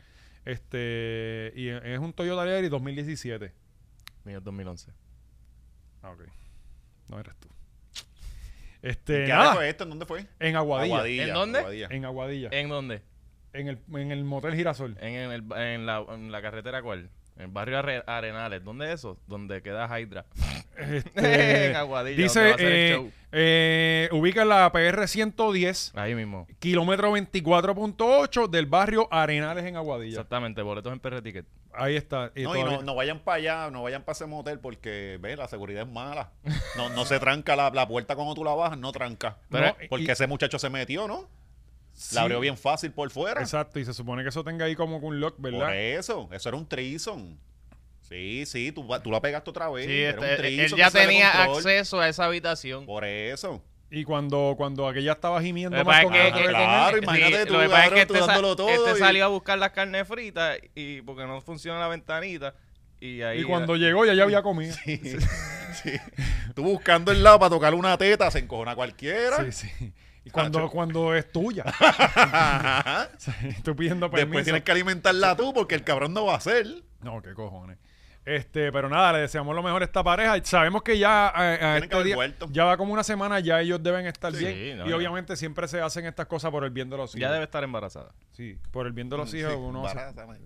Este, y es un Toyota Leary 2017.
Mío, 2011.
Ah, ok. No eres tú. Este,
¿Qué
nada,
pues?
fue esto? ¿En dónde fue?
en Aguadilla.
¿En dónde?
Aguadilla.
En Aguadilla.
¿En dónde?
En el, en el motel Girasol.
En, en el, en, la, en la carretera cuál? En el barrio Are- Arenales. ¿Dónde es eso? Donde queda Hydra.
Este,
en Aguadilla. donde
dice,
va a ser el
eh,
show.
eh, ubica la PR 110,
Ahí mismo.
kilómetro 24.8 del barrio Arenales en Aguadilla.
Exactamente, boletos en PR Ticket.
Ahí está. y
No, y no,
todavía-
no vayan para allá, no vayan para ese motel porque, ve, la seguridad es mala. No, no se tranca la, la puerta cuando tú la bajas, no tranca.
No,
porque
y-
ese muchacho se metió, ¿no?
sí,
La abrió bien fácil por fuera.
Exacto, y se supone que eso tenga ahí como que un lock, ¿verdad?
Por eso, eso era un treason. Sí, sí, tú, va- tú la pegaste otra vez.
Sí,
era un
este, él- él
treason
ya
que sale de
tenía
control.
acceso a esa habitación.
Por eso.
Y cuando, cuando aquella estaba gimiendo
Lo que
más
pasa
con pues,
es
otro
que-
que con
claro,
él,
sí,
imagínate tú,
lo que pasa es que
cabrón, tú
este, sa-
dándolo todo
este
y-
salió a buscar las carnes fritas y porque no funciona la ventanita. Y ahí.
y cuando llegó ya ya había comido. Sí,
Sí. Tú buscando el lado para tocar una teta, se encojona cualquiera.
sí. Y cuando,
Chacho.
cuando es tuya,
Ajá.
estoy pidiendo permiso.
Después tienes que alimentarla tú porque el cabrón no va a hacer.
No, qué cojones. Este, pero nada, le deseamos lo mejor a esta pareja. Sabemos que ya a- a
Tienen
este
que haber
día-
vuelto.
ya va como una semana, ya ellos deben estar
Sí,
bien.
no,
y
ya.
obviamente siempre se hacen estas cosas por el bien de los hijos.
Ya debe estar embarazada.
Sí, por el bien de los hijos
Sí,
uno hace-
embarázame.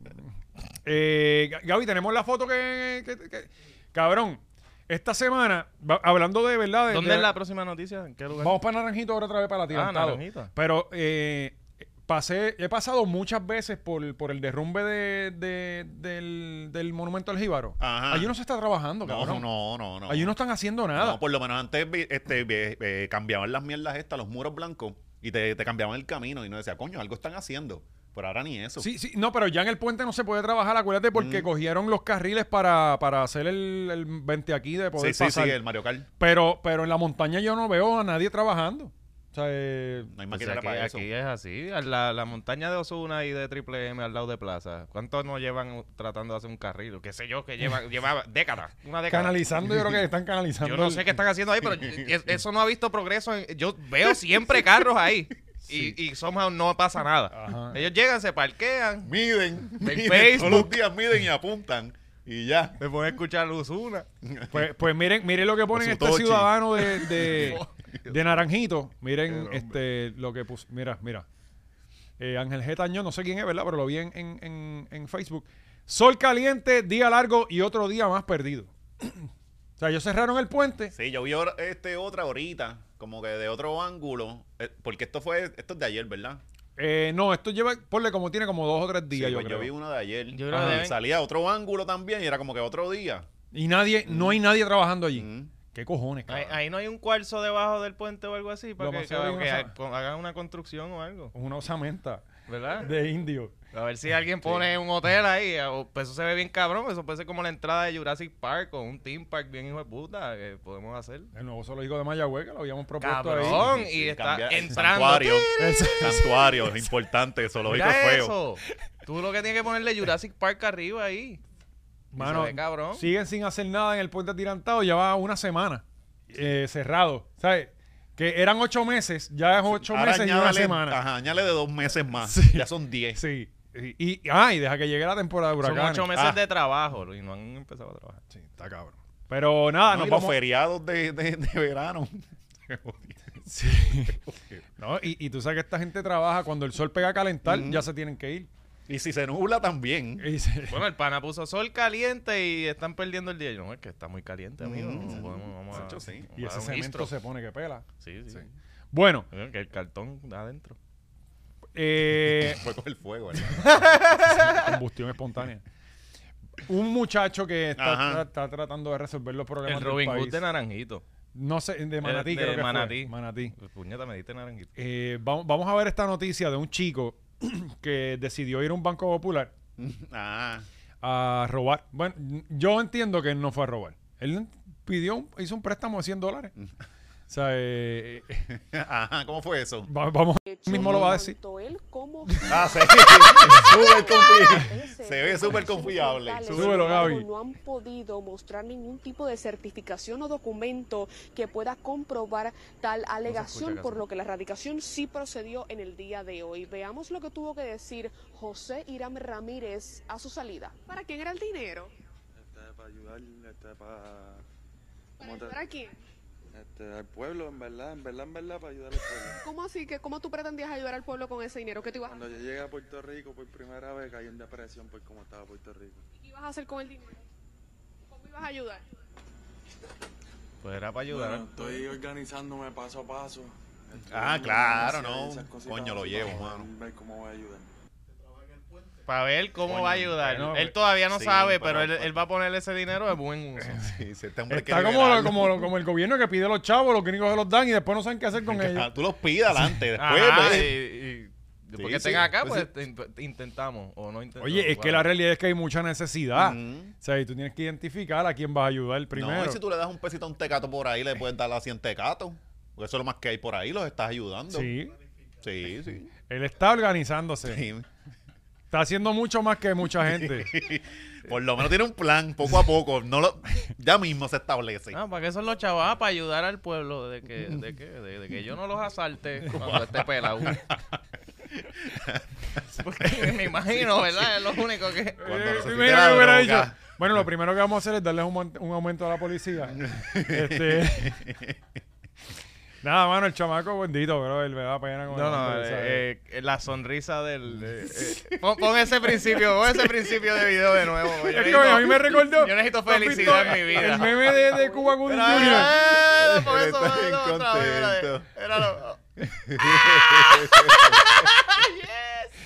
Eh, G- Gaby, tenemos la foto que, que- que- cabrón, esta semana va- hablando de verdad de-
¿Dónde
de-
es la próxima noticia? ¿En qué lugar?
Vamos para Naranjito ahora otra vez para la tía.
Ah,
Hurtado.
Naranjito.
Pero eh, pasé, he pasado muchas veces por, por el derrumbe de, de- del, del monumento al Jíbaro.
Ajá.
Allí no se está trabajando,
No,
cabrón.
no, no, no, no.
Allí no están haciendo nada.
No, por lo menos antes vi- este, vi- eh, cambiaban las mierdas estas, los muros blancos, y te, te cambiaban el camino. Y no decía, coño, algo están haciendo. Pero ahora ni eso. Mm.
Sí, sí, no, pero ya en el puente no se puede trabajar, acuérdate, porque cogieron los carriles para, para hacer el, el 20 aquí de
sí,
poder
sí, sí,
pasar.
el Mario Kart.
Pero, pero en la montaña yo no veo a nadie trabajando. O sea, eh,
No hay más
O
que
sea,
para
aquí,
eso.
aquí es así. a La, la montaña de Osuna y de Triple M al lado de Plaza. ¿Cuántos no llevan tratando de hacer un carril? ¿Qué sé yo? Que lleva, lleva décadas. Una década.
canalizando, yo creo que están canalizando.
Yo no
el-
sé qué están haciendo ahí, pero es- eso no ha visto progreso. en- yo veo siempre carros ahí. Y, y somehow no pasa nada.
Ajá.
Ellos llegan, se parquean.
Miden, miden,
Facebook.
todos los días miden y apuntan y ya.
Me ponen a escuchar Osuna.
Pues, pues miren, miren lo que ponen este
Osutochi.
ciudadano de, de, de Naranjito. Miren
Qué
este lo que puso. Mira, mira. Eh, Ángel G. Tañón, no sé quién es, ¿verdad? Pero lo vi en, en- en- en Facebook. Sol caliente, día largo y otro día más perdido. o sea, ellos cerraron el puente.
Sí, yo vi ahora- este otra ahorita, como que de otro ángulo, eh, porque esto fue, esto es de ayer, ¿verdad?
Eh, no, esto lleva, ponle como tiene como dos o tres días.
Sí,
yo
pues
creo.
vi una de ayer.
Yo creo
Ajá.
que deben-
Salía otro ángulo también y era como que otro día.
Y nadie, no hay nadie trabajando allí.
Mm.
¿Qué cojones,
Ahí,
cabrón?
ahí no hay un cuarzo debajo del puente o algo así para
Lo
que,
más seguro
que-
es una
que con- hagan una construcción o algo,
Una osamenta
¿verdad?
de indio.
A ver si alguien pone un hotel ahí, o, pues eso se ve bien cabrón, eso puede ser como la entrada de Jurassic Park o un theme park bien hijo de puta que podemos hacer.
El nuevo zoológico de Mayagüez, que lo habíamos propuesto ahí.
Cabrón, y está
Cambiar-
entrando.
Santuario.
Eso-
Santuario, es importante, zoológico
Mira
feo.
eso. Tú lo que tienes que ponerle Jurassic Park arriba ahí. Y
Mano,
se ve cabrón.
siguen sin hacer nada en el puente atirantado, ya va una semana eh, cerrado. ¿Sabes? Que eran ocho meses, ya es ocho
Ahora
meses y una
añádale-
semana.
Ajá, añádale de dos meses más. Ya son diez.
Sí. Y, ah, y- ay, deja que llegue la temporada de
Son
huracanes.
ocho meses
Ah.
de trabajo Luis, no han empezado a trabajar.
Sí, está cabrón. Pero nada,
Ah, No,
nos
y los
vamos.
feriados de, de- de verano.
Sí. No, y, y tú sabes que esta gente trabaja cuando el sol pega a calentar, ya se tienen que ir.
y si se nubla también.
Y se-
Bueno, el pana puso sol caliente y están perdiendo el día. Yo, no, es que está muy caliente, amigo. No podemos, vamos
Mm.
a,
Sancho, sí.
vamos
y
a
ese
dar un
cemento
istro.
se pone que pela.
Sí, sí.
Bueno,
Oigan, Que el cartón da adentro.
eh,
Fue con el fuego, ¿verdad?
combustión espontánea. Un muchacho que está,
Ajá.
tra- está tratando de resolver los problemas
El Robin
del
Hood
país.
de Naranjito.
no sé,
Eh,
de Manatí
de
creo que fue.
Manatí.
Manatí.
Puñeta, me diste Naranjito.
Eh, vamos, vamos a ver esta noticia de un chico que decidió ir a un banco popular
Ah,
a robar. Bueno, yo entiendo que él no fue a robar. Él pidió, un- hizo un préstamo de 100 dólares.
Mm.
O sea, eh, eh,
ajá, ¿cómo fue eso?
va- vamos, mismo lo va a decir. Ah,
Tanto él como
Ah, sí. Súper confi- Se ve súper confiable.
Locales,
Súbelo,
sin embargo,
Gaby.
No han podido mostrar ningún tipo de certificación o documento que pueda comprobar tal alegación,
casi.
por lo que la erradicación sí procedió en el día de hoy. Veamos lo que tuvo que decir José Irán Ramírez a su salida. ¿Para quién era el dinero?
Este, para ayudar, este, para...
¿Para
¿cómo te-
ayudar a quién?
Este, al pueblo, en verdad, en verdad, en verdad, para ayudar al pueblo.
¿Cómo así que cómo tú pretendías ayudar al pueblo con ese dinero que te ibas a,
Cuando yo llegué a Puerto Rico por primera vez caí en depresión por cómo estaba Puerto Rico.
qué ibas a hacer con el dinero? ¿Cómo ibas a ayudar?
Pues era para ayudar.
Bueno, estoy organizándome paso a paso. Estoy
Ah,
viendo
claro,
noticias y
no.
esas cositas
Coño, lo
así
llevo,
para poder
mano.
Ver cómo voy a ayudar.
Para ver cómo
Coño, pues,
va a ayudar.
bueno,
él todavía no
sí, pues.
sabe, pero,
pero-
él, él va a poner ese dinero de buen uso.
Sí, sí, este hombre
Está
quiere
como, lo-
liberarlo.
como, lo- como el gobierno que pide a los chavos, los gringos se los dan y después no saben qué hacer con ellos.
Ah, tú los pides adelante, después
Ajá,
ves.
y- y-
Sí,
porque
sí.
estén acá, pues
Pues
int- intentamos o no intentamos.
Oye, es que la
claro.
realidad es que hay mucha necesidad.
Ujú.
O sea, y tú tienes que identificar a quién vas a ayudar primero.
Mm. No, y si tú le das un pesito a un tecato por ahí, le puedes dar a 100 tecatos. Porque eso es lo más que hay por ahí, los estás ayudando.
Sí,
sí. sí.
él está organizándose.
Sí.
Está haciendo mucho más que mucha gente.
Por lo menos tiene un plan, poco a poco. No lo, ya mismo se establece.
Ah, ¿para qué son los chavales? Para ayudar al pueblo de que, de que, de, de que yo no los asalte cuando esté pelado. Porque me imagino, ¿verdad? Es lo único que...
Cuando
Eh,
se
mira
quita
que
la
hubiera
droga.
dicho, Bueno, lo primero que vamos a hacer es darles un, mon- un aumento a la policía. Este, nada, mano, el chamaco bendito, pero él me da pena. con
No,
el
no,
hombre, ¿sabes?
eh, eh, la sonrisa del... eh, eh. Pon, pon ese principio, pon ese principio de video de nuevo. Yo
es que
necesito-
a mí me recordó.
Yo necesito
¿tú has visto
felicidad en mi
El
vida.
meme de, de Cuba Gooding Jr.
Ah, por
Él
eso,
está
por
bien
eso, otra vez, era de-
contento.
era lo- Yes,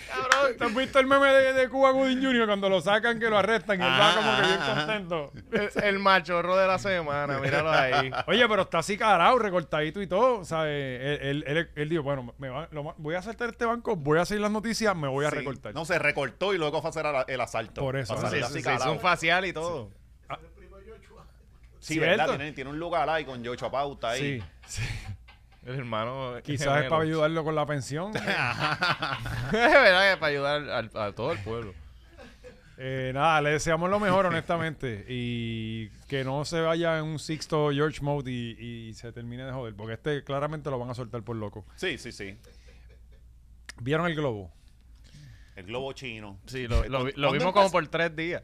cabrón.
¿Tú has visto el meme de, de Cuba Gooding Jr. cuando lo sacan, que lo arrestan y él va
Ajá,
como que bien
ajá, ajá.
contento?
El, el machorro de la semana, míralo ahí.
Oye, pero está así carado, recortadito y todo. ¿sabes? Él, él, él, él dijo, bueno, me va- lo ma- voy a saltar este banco, voy a seguir las noticias, me voy a
Sí.
recortar.
No, se recortó y luego fue a hacer ala- el asalto.
Por eso,
Va a
¿no?
Sí,
Sí,
salir así,
sí, se hizo
calado.
un facial y todo.
Sí,
¿Cierto?
¿verdad? Tiene, tiene un lugar ahí con Yocho a Pauta ahí.
Sí, sí.
El hermano.
Quizás es para
gemelo.
ayudarlo con la pensión. Eh,
Es verdad, es para ayudar al- a todo el pueblo.
Eh, nada, le deseamos lo mejor, honestamente. Y que no se vaya en un sixto George Mode y, y se termine de joder. Porque este claramente lo van a soltar por loco.
Sí, sí, sí.
¿Vieron el globo?
El globo chino.
Sí, lo, lo, vi- lo
¿Cuándo
vimos como
empezó?
por tres días.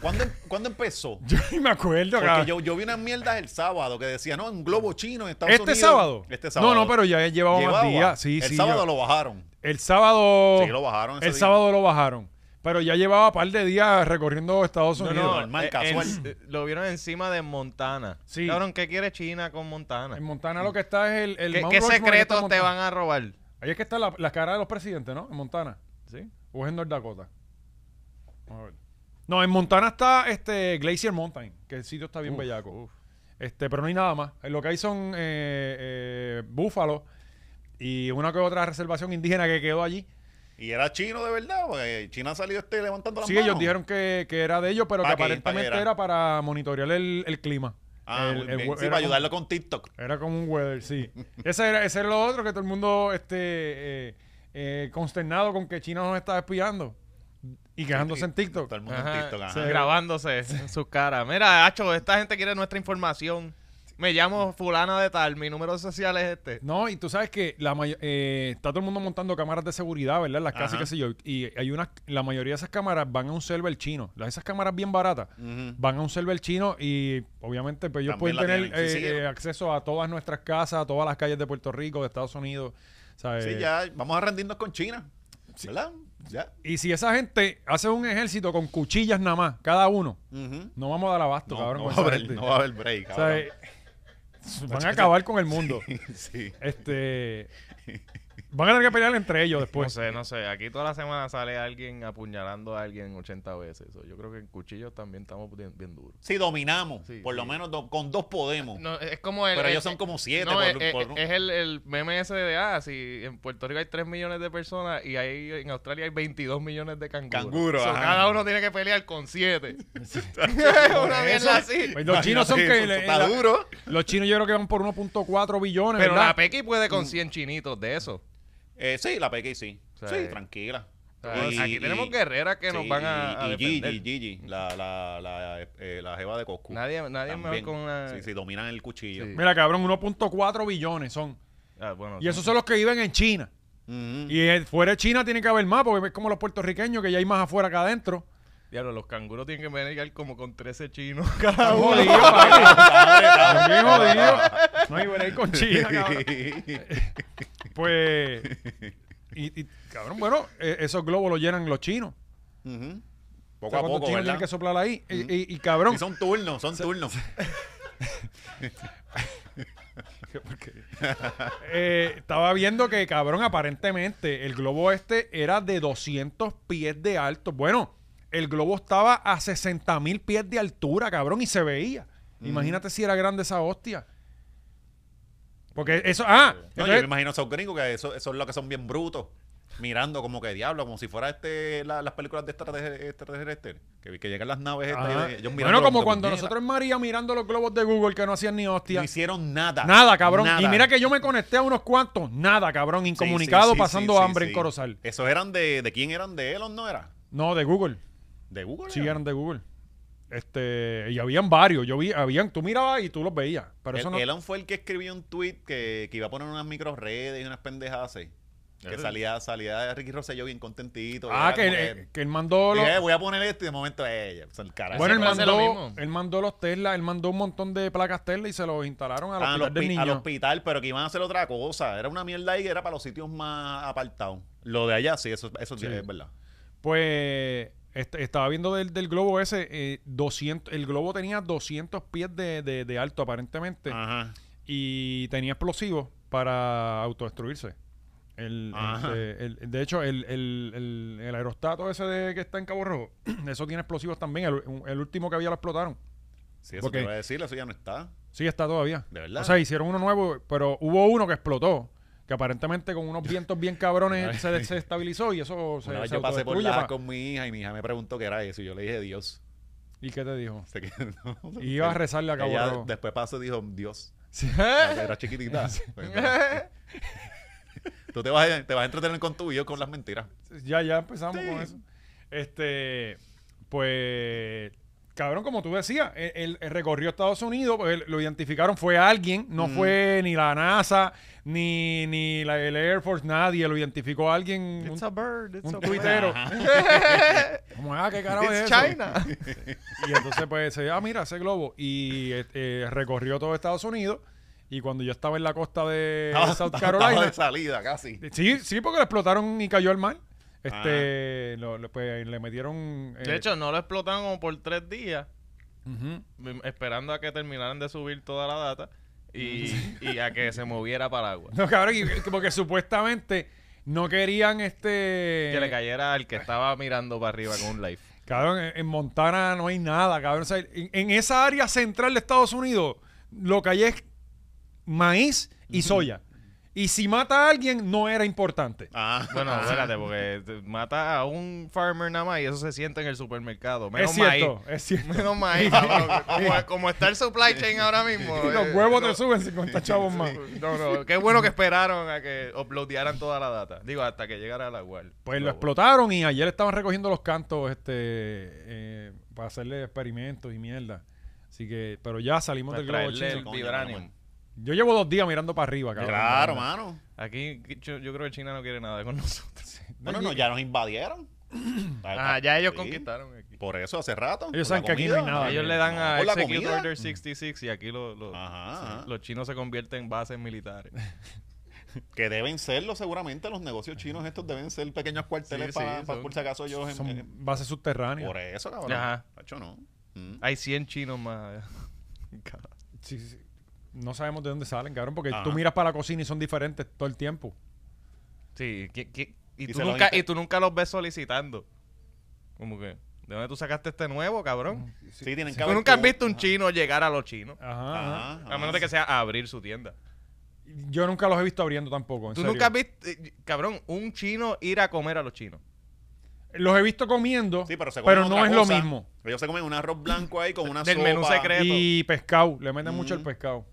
¿Cuándo, em, cuándo empezó?
Yo ni me acuerdo.
Porque
cara.
yo, yo vi unas mierdas el sábado que decía, no, un globo chino en Estados
¿Este
Unidos.
sábado?
Este sábado.
No, no, pero ya llevaba
Llevaba.
más días. Sí,
el
sí,
sábado
yo-
lo bajaron.
El sábado...
Sí, lo bajaron. ese
el
día.
sábado lo bajaron. Pero ya llevaba par de días recorriendo Estados
No,
Unidos.
no,
normal,
eh,
casual.
en- lo vieron encima de Montana.
Sí.
Cabrón, ¿qué quiere China con Montana?
En Montana lo que está es el... el
¿Qué,
Mount Rushmore que
qué
está en este
secretos te
Montana.
van a robar?
Ahí es que está la, la cara de los presidentes, ¿no? En Montana.
¿Sí?
¿O es en North Dakota? Vamos a ver. No, en Montana está este Glacier Mountain, que el sitio está bien bellaco. Este, pero no hay nada más. Eh, Lo que hay son eh, eh, búfalos y una que otra reservación indígena que quedó allí.
Y era chino de verdad, porque China ha salido este levantando las
Sí,
manos.
ellos dijeron que, que era de ellos, pero que
Pa' que- pa' que
aparentemente
era.
era. para monitorear el, el clima.
Ah,
El-
muy
el
bien.
we- era
Sí, para
como-
ayudarlo con TikTok.
Era como un weather, sí. Ese era, ese era lo otro que todo el mundo este, eh, eh, consternado con que China nos está espiando y quejándose en TikTok.
Todo el mundo en
Ajá,
TikTok. ajá.
sí, Grabándose en sus caras. Mira, Hacho, esta gente quiere nuestra información. Me llamo fulana de tal, mi número social es este.
No, y tú sabes que la may- eh, está todo el mundo montando cámaras de seguridad, ¿verdad? En Las casas,
Ajá.
qué sé yo. Y hay unas, la mayoría de esas cámaras van a un server chino. Las- Esas cámaras bien baratas
Ujú.
van a un server chino y obviamente pues, ellos pueden
También la
tener
tienen, sí,
eh,
sí.
eh, acceso a todas nuestras casas, a todas las calles de Puerto Rico, de Estados Unidos. eh, ¿sabes?
Sí, ya vamos a rendirnos con China. ¿Verdad? Ya.
Y si esa gente hace un ejército con cuchillas nada más, cada uno,
Ujú.
no vamos a dar abasto,
No,
cabrón.
no
con
va a
esa
haber,
gente.
no va a haber break.
O sea,
cabrón.
eh, van a acabar con el mundo.
Sí.
Este. Van a tener que pelear entre ellos después.
no sé, no sé. Aquí toda la semana sale alguien apuñalando a alguien 80 veces. So, Yo creo que en cuchillos también estamos bien, bien duros.
Sí, dominamos.
Sí,
por lo
sí.
menos do- con dos podemos.
No, es como el...
pero
el-
ellos son como siete.
no, eh,
por-
es, es-
por-
es el, el meme ese de, ah, si en Puerto Rico hay 3 millones de personas y ahí en Australia hay 22 millones de canguros.
Canguros,
So,
ajá.
cada uno tiene que pelear con 7. Una mierda así.
Pues los chinos son
Imagínate,
que.
eso
le-
está
la-
duro.
los chinos yo creo que van por 1.4 billones,
Pero
¿verdad? Mm.
la Pequi puede con 100 chinitos de eso.
Eh, sí, la Pequi sí.
Sí.
Sí, tranquila.
O sea, aquí tenemos guerreras que nos
sí,
van a, a
y, y
defender.
Gigi, Gigi, la, la, la, eh, la jeva de Coscu.
Nadie, nadie mejor
También.
con una...
Sí, sí, dominan el cuchillo.
Sí.
Mira, cabrón, 1.4 billones son.
Ah, bueno,
Y esos son los que viven en China.
Ujú.
Y eh, fuera de China tiene que haber más, porque es como los puertorriqueños que ya hay más afuera que adentro.
Diablo, los canguros tienen que venir como con 13 chinos
Ah,
cada
Están
uno.
jodidos, papi. Están bien jodidos. No hay break con China, cabrón. Pues. Y, y, cabrón, bueno, eh, esos globos los llenan los chinos.
Ujú.
O
Poco
sea, ¿cuántos
a poco,
chinos
¿verdad?
tienen que soplar ahí? Y-
Ujú.
Y, y, cabrón.
Y son turnos, son turnos.
Eh, estaba viendo que, cabrón, aparentemente el globo este era de 200 pies de alto. Bueno, el globo estaba a 60 mil pies de altura, cabrón, y se veía. Imagínate si era grande esa hostia. Porque eso. Ah,
No, yo
entonces-
me imagino a esos gringos que eso, esos son los que son bien brutos, mirando como que diablo, como si fuera este la- las películas de extraterrestre, extraterrestre, que, que llegan las naves estas y
Ajá.
de- ellos mirando
Ah. bueno, como
de
cuando
puñeta.
nosotros en María mirando los globos de Google que no hacían ni hostia.
no hicieron nada.
Nada, cabrón.
nada.
Y mira que yo me conecté a unos cuantos. Nada, cabrón.
Sí, sí,
Incomunicado,
sí, sí,
pasando
sí,
hambre
sí.
en Corozal.
Esos eran de, ¿de quién eran? ¿De Elon no era?
No, de Google.
¿De Google?
Sí,
era?
eran de Google. Este, y habían varios. Yo vi, habían, tú mirabas y tú los veías. Pero eso
El-
no.
Elon fue el que escribió un tweet que, que iba a poner unas micro redes y unas pendejadas así. Que
Era-
salía, salía Ricky Rosselló bien contentito. y
ah,
era
que,
como
eh, que él mandó los.
dije, "Eh, voy a poner esto y de momento, eh, o sea, el carajo.
bueno, él
siempre hace lo
mandó,
mismo.
él mandó los Tesla, él mandó un montón de placas Tesla y se los instalaron al
Ah, al,
hospital del
hospi-
niño.
al hospital, pero que iban a hacer otra cosa. Era una mierda ahí que era para los sitios más apartados. Lo de allá, sí, eso, eso sí
Sí.
es verdad.
Pues est- estaba viendo del, del globo ese, eh, 200, el globo tenía 200 pies de, de- de alto aparentemente
Ajá.
y tenía explosivos para autodestruirse. El,
Ajá.
este, el- de hecho, el, el- el- el aerostato ese de, que está en Cabo Rojo, eso tiene explosivos también. El, el último que había lo explotaron.
Sí, eso
Porque-
te iba a decir, eso ya no está.
Sí, está todavía.
¿De verdad?
O sea, hicieron uno nuevo, pero hubo uno que explotó, que aparentemente con unos vientos bien cabrones se desestabilizó y eso se,
Una vez
se
yo pasé por
autodestruye
la
pa-
con mi hija y mi hija me preguntó qué era eso. Y yo le dije Dios.
¿Y qué te dijo?
Se quedó-
Y iba a rezarle a Cabo
Ella
Rojo.
después pasó y dijo Dios. Era chiquitita. Pues, Tú te vas, a, te vas a entretener con tu y yo con las mentiras.
Ya, ya empezamos
Sí.
con eso. Este, pues, cabrón, como tú decías, él, él- él recorrió Estados Unidos, pues, él- lo identificaron, fue alguien, no fue ni la NASA, ni, ni la, el Air Force, nadie, lo identificó alguien, un,
bird,
un tuitero. Como, ah, qué carajo es
It's
eso?
China.
Y entonces, pues, se, ah, mira, ese globo. Y eh, eh, recorrió todo Estados Unidos. Y cuando yo estaba en la costa de
Estaba-
South
Ah, estaba
Carolina,
de salida casi.
Sí, sí, porque lo explotaron y cayó al mar. Este, lo- lo- pues, le metieron... eh,
Ah. De hecho, no lo explotaron como por tres días,
ujú.
mm, esperando a que terminaran de subir toda la data y, y a que se moviera para agua.
No, cabrón, y- porque supuestamente no querían este...
Que le cayera al que estaba mirando para arriba con un live.
Cabrón, en, en Montana no hay nada, cabrón. O sea, en, en esa área central de Estados Unidos, lo que hay es maíz y soya. Y si mata a alguien, no era importante.
Ah,
Bueno, espérate, porque te- mata a un farmer nada más y eso se siente en el supermercado. Menos
es cierto,
maíz.
es cierto.
Menos maíz, cabrón. Como, como está el supply chain ahora mismo.
Y los
eh,
huevos
no-
te suben 50 chavos más.
No, no, qué bueno que esperaron a que uploadearan toda la data. Digo, hasta que llegara la web.
Pues lo explotaron y ayer estaban recogiendo los cantos este eh, para hacerle experimentos y mierda. Así que, pero ya salimos
Para
del globo
traerle el
chino.
coño,
vibranium.
Yo llevo dos días mirando para arriba, cabrón.
claro, mano.
Aquí yo, yo creo que China no quiere nada con nosotros.
Bueno, no, ya nos invadieron.
Ah, ya ellos
Sí.
conquistaron aquí.
Por eso, hace rato.
Ellos
Por
saben
la
que aquí no hay
comida.
nada.
ellos le dan a
Por la
Execute
comida. Mm.
Order 66 y aquí lo- lo-
Ajá, ajá.
los chinos se convierten en bases militares.
Que deben serlo seguramente, los negocios chinos estos deben ser pequeños cuarteles
Sí, sí,
para,
son-
por si acaso ellos... en-
Son
en-
bases subterráneas.
por eso, cabrón.
Ajá.
Tacho, no. Mm.
Hay 100 chinos más.
Sí, sí, sí. No sabemos de dónde salen, cabrón, porque
Ajá.
tú miras para la cocina y son diferentes todo el tiempo.
Sí, ¿qué- qué- y,
Y
tú
se los
nunca,
inter-
y tú nunca los ves solicitando. Como que, ¿de dónde tú sacaste este nuevo, cabrón?
Sí, tienen Mm. que Ah,
Tú
haber
nunca has
como-
visto un chino llegar a los chinos.
Ajá. ajá.
Ajá,
A menos de que sea a abrir su tienda.
Yo nunca los he visto abriendo tampoco. en
Tú
serio.
nunca has visto, eh, cabrón, un chino ir a comer a los chinos.
Los he visto comiendo,
Sí, pero, se comen
pero no
otra
es
cosa.
lo mismo.
Ellos se comen un arroz blanco ahí con una
Del
sopa.
menú secreto.
Y pescado, le meten mucho el
Mm.
pescado.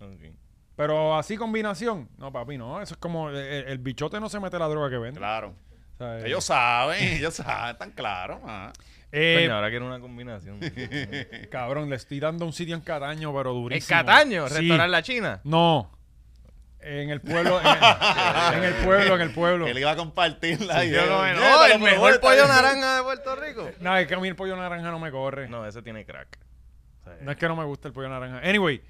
Pero así combinación, no, papi, no. Eso es como el, el- el bichote no se mete la droga que vende.
Claro.
O sea, eh,
Ellos saben, ellos saben, están claros. ma.
eh,
Coño, ahora quiero una combinación. en
cabrón, le estoy dando un sitio en Cataño, pero durísimo.
Cataño,
Sí.
restaurar la China.
No. En el pueblo, en el, en el pueblo, en el pueblo.
Él iba a compartirla. y
Yo
él,
como, no,
"Nieta,
el
lo probé,
mejor
está
pollo
bien".
naranja de Puerto Rico.
No, es que a mí el pollo naranja no me corre. No,
No, ese tiene crack. O sea,
es que no me gusta el pollo naranja. Anyway,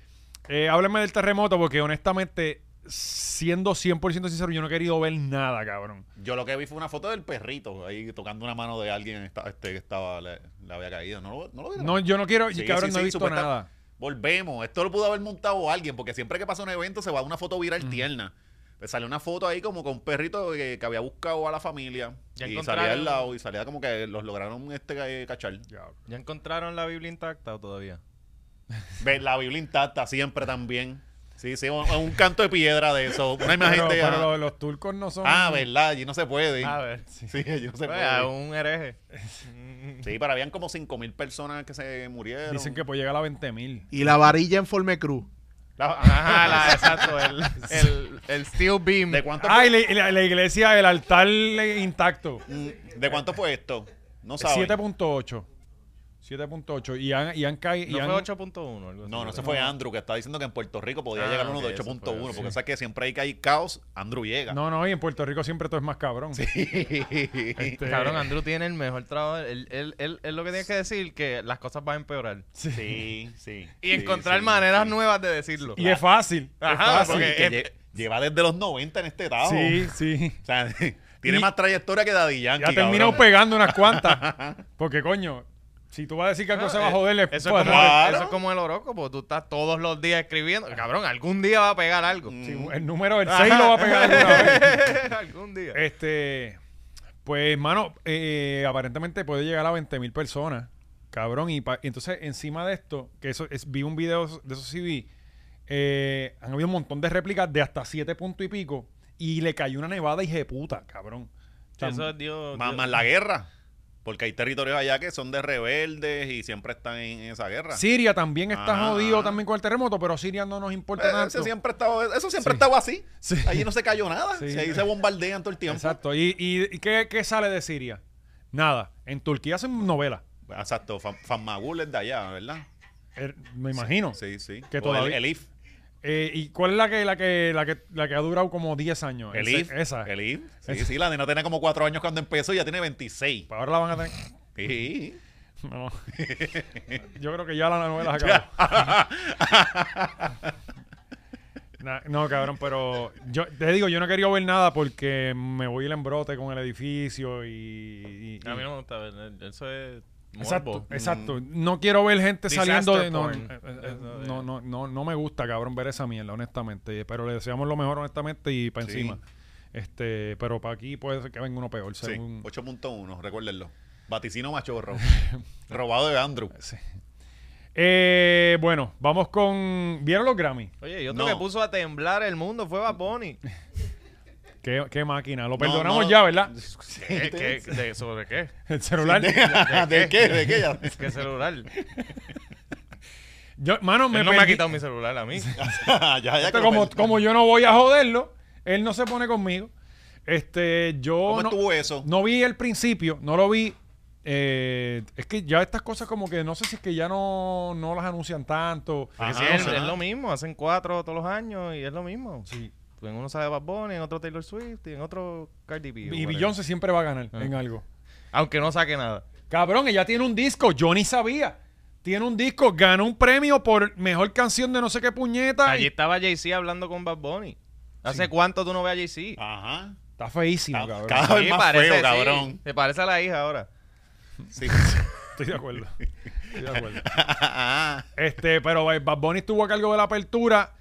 eh, háblenme del terremoto porque honestamente, siendo 100% sincero, yo no he querido ver nada, cabrón.
Yo lo que vi fue una foto del perrito ahí tocando una mano de alguien esta- este, que estaba, le, le había caído. No lo, no lo vi,
No, yo no quiero,
Sí,
cabrón,
sí,
no he
sí,
visto
supuesta-
nada.
Volvemos. Esto lo pudo haber montado alguien, porque siempre que pasa un evento se va una foto viral tierna. Pues sale una foto ahí como con un perrito que, que había buscado a la familia.
Ya
y
encontraron.
salía al lado y salía como que los lograron este eh, cachar.
¿Ya encontraron la Biblia intacta o todavía?
Ve, La Biblia intacta siempre también. Sí, sí, un, un canto de piedra de eso. Una
Pero,
imagen de...
pero Ah, los, los turcos no son...
ah, verdad, allí no se puede.
A ver.
Sí, allí no se
Pues, a
puede.
un hereje.
Sí, pero habían como 5.000 personas que se murieron.
Dicen que puede llegar a 20 mil.
Y la varilla en forme cruz.
La-
Ah.
Ajá, Ah, la- exacto, el, el, el steel beam.
¿De cuánto,
Ah, y la, y la- la iglesia, el altar eh, intacto.
mm, ¿De cuánto fue esto? No saben.
7.8. 7.8. Y han, y han caído.
¿No fue 8.1? algo así,
No, no, se
¿verdad?
fue Andrew, que está diciendo que en Puerto Rico podía
Ah,
llegar uno
ok,
de
eso fue,
8.1, porque
sí.
sabes que siempre hay que hay caos, Andrew llega.
No, no, y en Puerto Rico siempre todo es más cabrón. Este,
Cabrón, Andrew tiene el mejor trabajo. Él, él, él- él lo que tiene que decir que las cosas van a empeorar.
sí, sí. Ah,
Y encontrar maneras nuevas de decirlo.
Y es fácil.
Ajá,
es fácil.
porque-
que lle- lleva desde los 90 en este trabajo.
Sí, sí.
O sea, tiene
Y-
más trayectoria que Daddy Yankee.
Ya ha terminado
cabrón.
pegando unas cuantas. Porque, coño, si tú vas a decir que algo se va a joder, pues, le-
Ah, Eso es, como,
Claro.
eso es como el oroco, porque tú estás todos los días escribiendo. Cabrón, algún día va a pegar algo.
Mm,
Sí, el número del 6 lo va a pegar alguna vez.
algún día.
Este, pues, mano, eh, aparentemente puede llegar a 20 mil personas, cabrón. Y pa- entonces, encima de esto, que eso es, vi un video de esos CV, eh, han habido un montón de réplicas de hasta 7 puntos y pico. Y le cayó una nevada y puta, cabrón. O sea,
Eso dio,
Más,
dio-
más la guerra. Porque hay territorios allá que son de rebeldes y siempre están en, en esa guerra.
Siria también está
Ah.
jodido también con el terremoto, pero Siria no nos
Eh,
importa nada.
ese siempre ha estado- eso siempre ha
Sí.
estado así.
Sí.
Allí no se cayó nada.
Sí.
Si Ahí se bombardean todo el tiempo.
Exacto. ¿Y, y- y qué, qué sale de Siria? Nada. En Turquía hacen novelas.
Exacto. Fan- Fanmagul es de allá, ¿verdad?
Er- Me imagino.
Sí, sí.
Que
O
todavía-
El, el IF.
Eh, ¿Y cuál es la que, la que, la que, la que ha durado como 10 años?
El
Ese-
IF.
Esa.
El IF. Sí, sí. La nena tenía como cuatro años cuando empezó y ya tiene 26.
Pues Ahora la van a tener.
Sí.
No. Yo creo que ya la novela se acabó. Nah, no, cabrón, pero yo te digo, yo no quería ver nada porque me voy el embrote con el edificio y. y- y-
A mí no me gusta ver. eh, Eso es.
Exacto,
morbo.
exacto. No quiero ver gente
Disaster
saliendo de. No,
porn.
eh, eh, no, no, no, no me gusta, cabrón, ver esa mierda, honestamente. Pero le deseamos lo mejor, honestamente, y para
Sí.
encima. Este, pero para aquí puede ser que venga uno peor,
Sí,
según.
8.1, recuérdenlo. Vaticino machorro. Robado de Andrew.
Sí. Eh, bueno, vamos con. ¿Vieron los Grammy?
Oye, y otro
No.
que puso a temblar el mundo fue Bad Bunny.
¿Qué, qué máquina? Lo
No,
perdonamos
no.
ya, ¿verdad?
¿Qué, qué, de, ¿Sobre qué?
El celular.
¿De qué? ¿De qué? Ya-
¿Qué celular?
Yo, mano, me,
Él no me ha
perdí.
quitado mi celular a mí.
ya, ya que
Este,
lo
como,
pensé.
como yo no voy a joderlo, él no se pone conmigo. Este, yo
¿Cómo
no,
estuvo eso?
no vi el principio, no lo vi. Eh, es que ya estas cosas como que no sé si es que ya no, no las anuncian tanto.
Ajá,
Sí, es,
ajá.
es lo mismo. Hacen cuatro todos los años y es lo mismo.
Sí.
En uno sale Bad Bunny, en otro Taylor Swift y en otro Cardi B. o
Y
whatever.
Beyoncé siempre va a ganar
Ah.
en algo.
Aunque no saque nada.
Cabrón, ella tiene un disco, yo ni sabía. Tiene un disco, ganó un premio por mejor canción de no sé qué puñeta.
Allí
y-
estaba Jay-Z hablando con Bad Bunny. ¿Hace cuánto tú no ves a Jay-Z?
Ajá.
Está feísimo,
Está-
cabrón.
cada vez
Sí,
Ah, más
parece,
feo,
sí.
cabrón.
Se parece a la hija ahora.
Sí.
Estoy de acuerdo. Estoy de acuerdo.
Ah,
Este, pero eh, Bad Bunny estuvo a cargo de la apertura.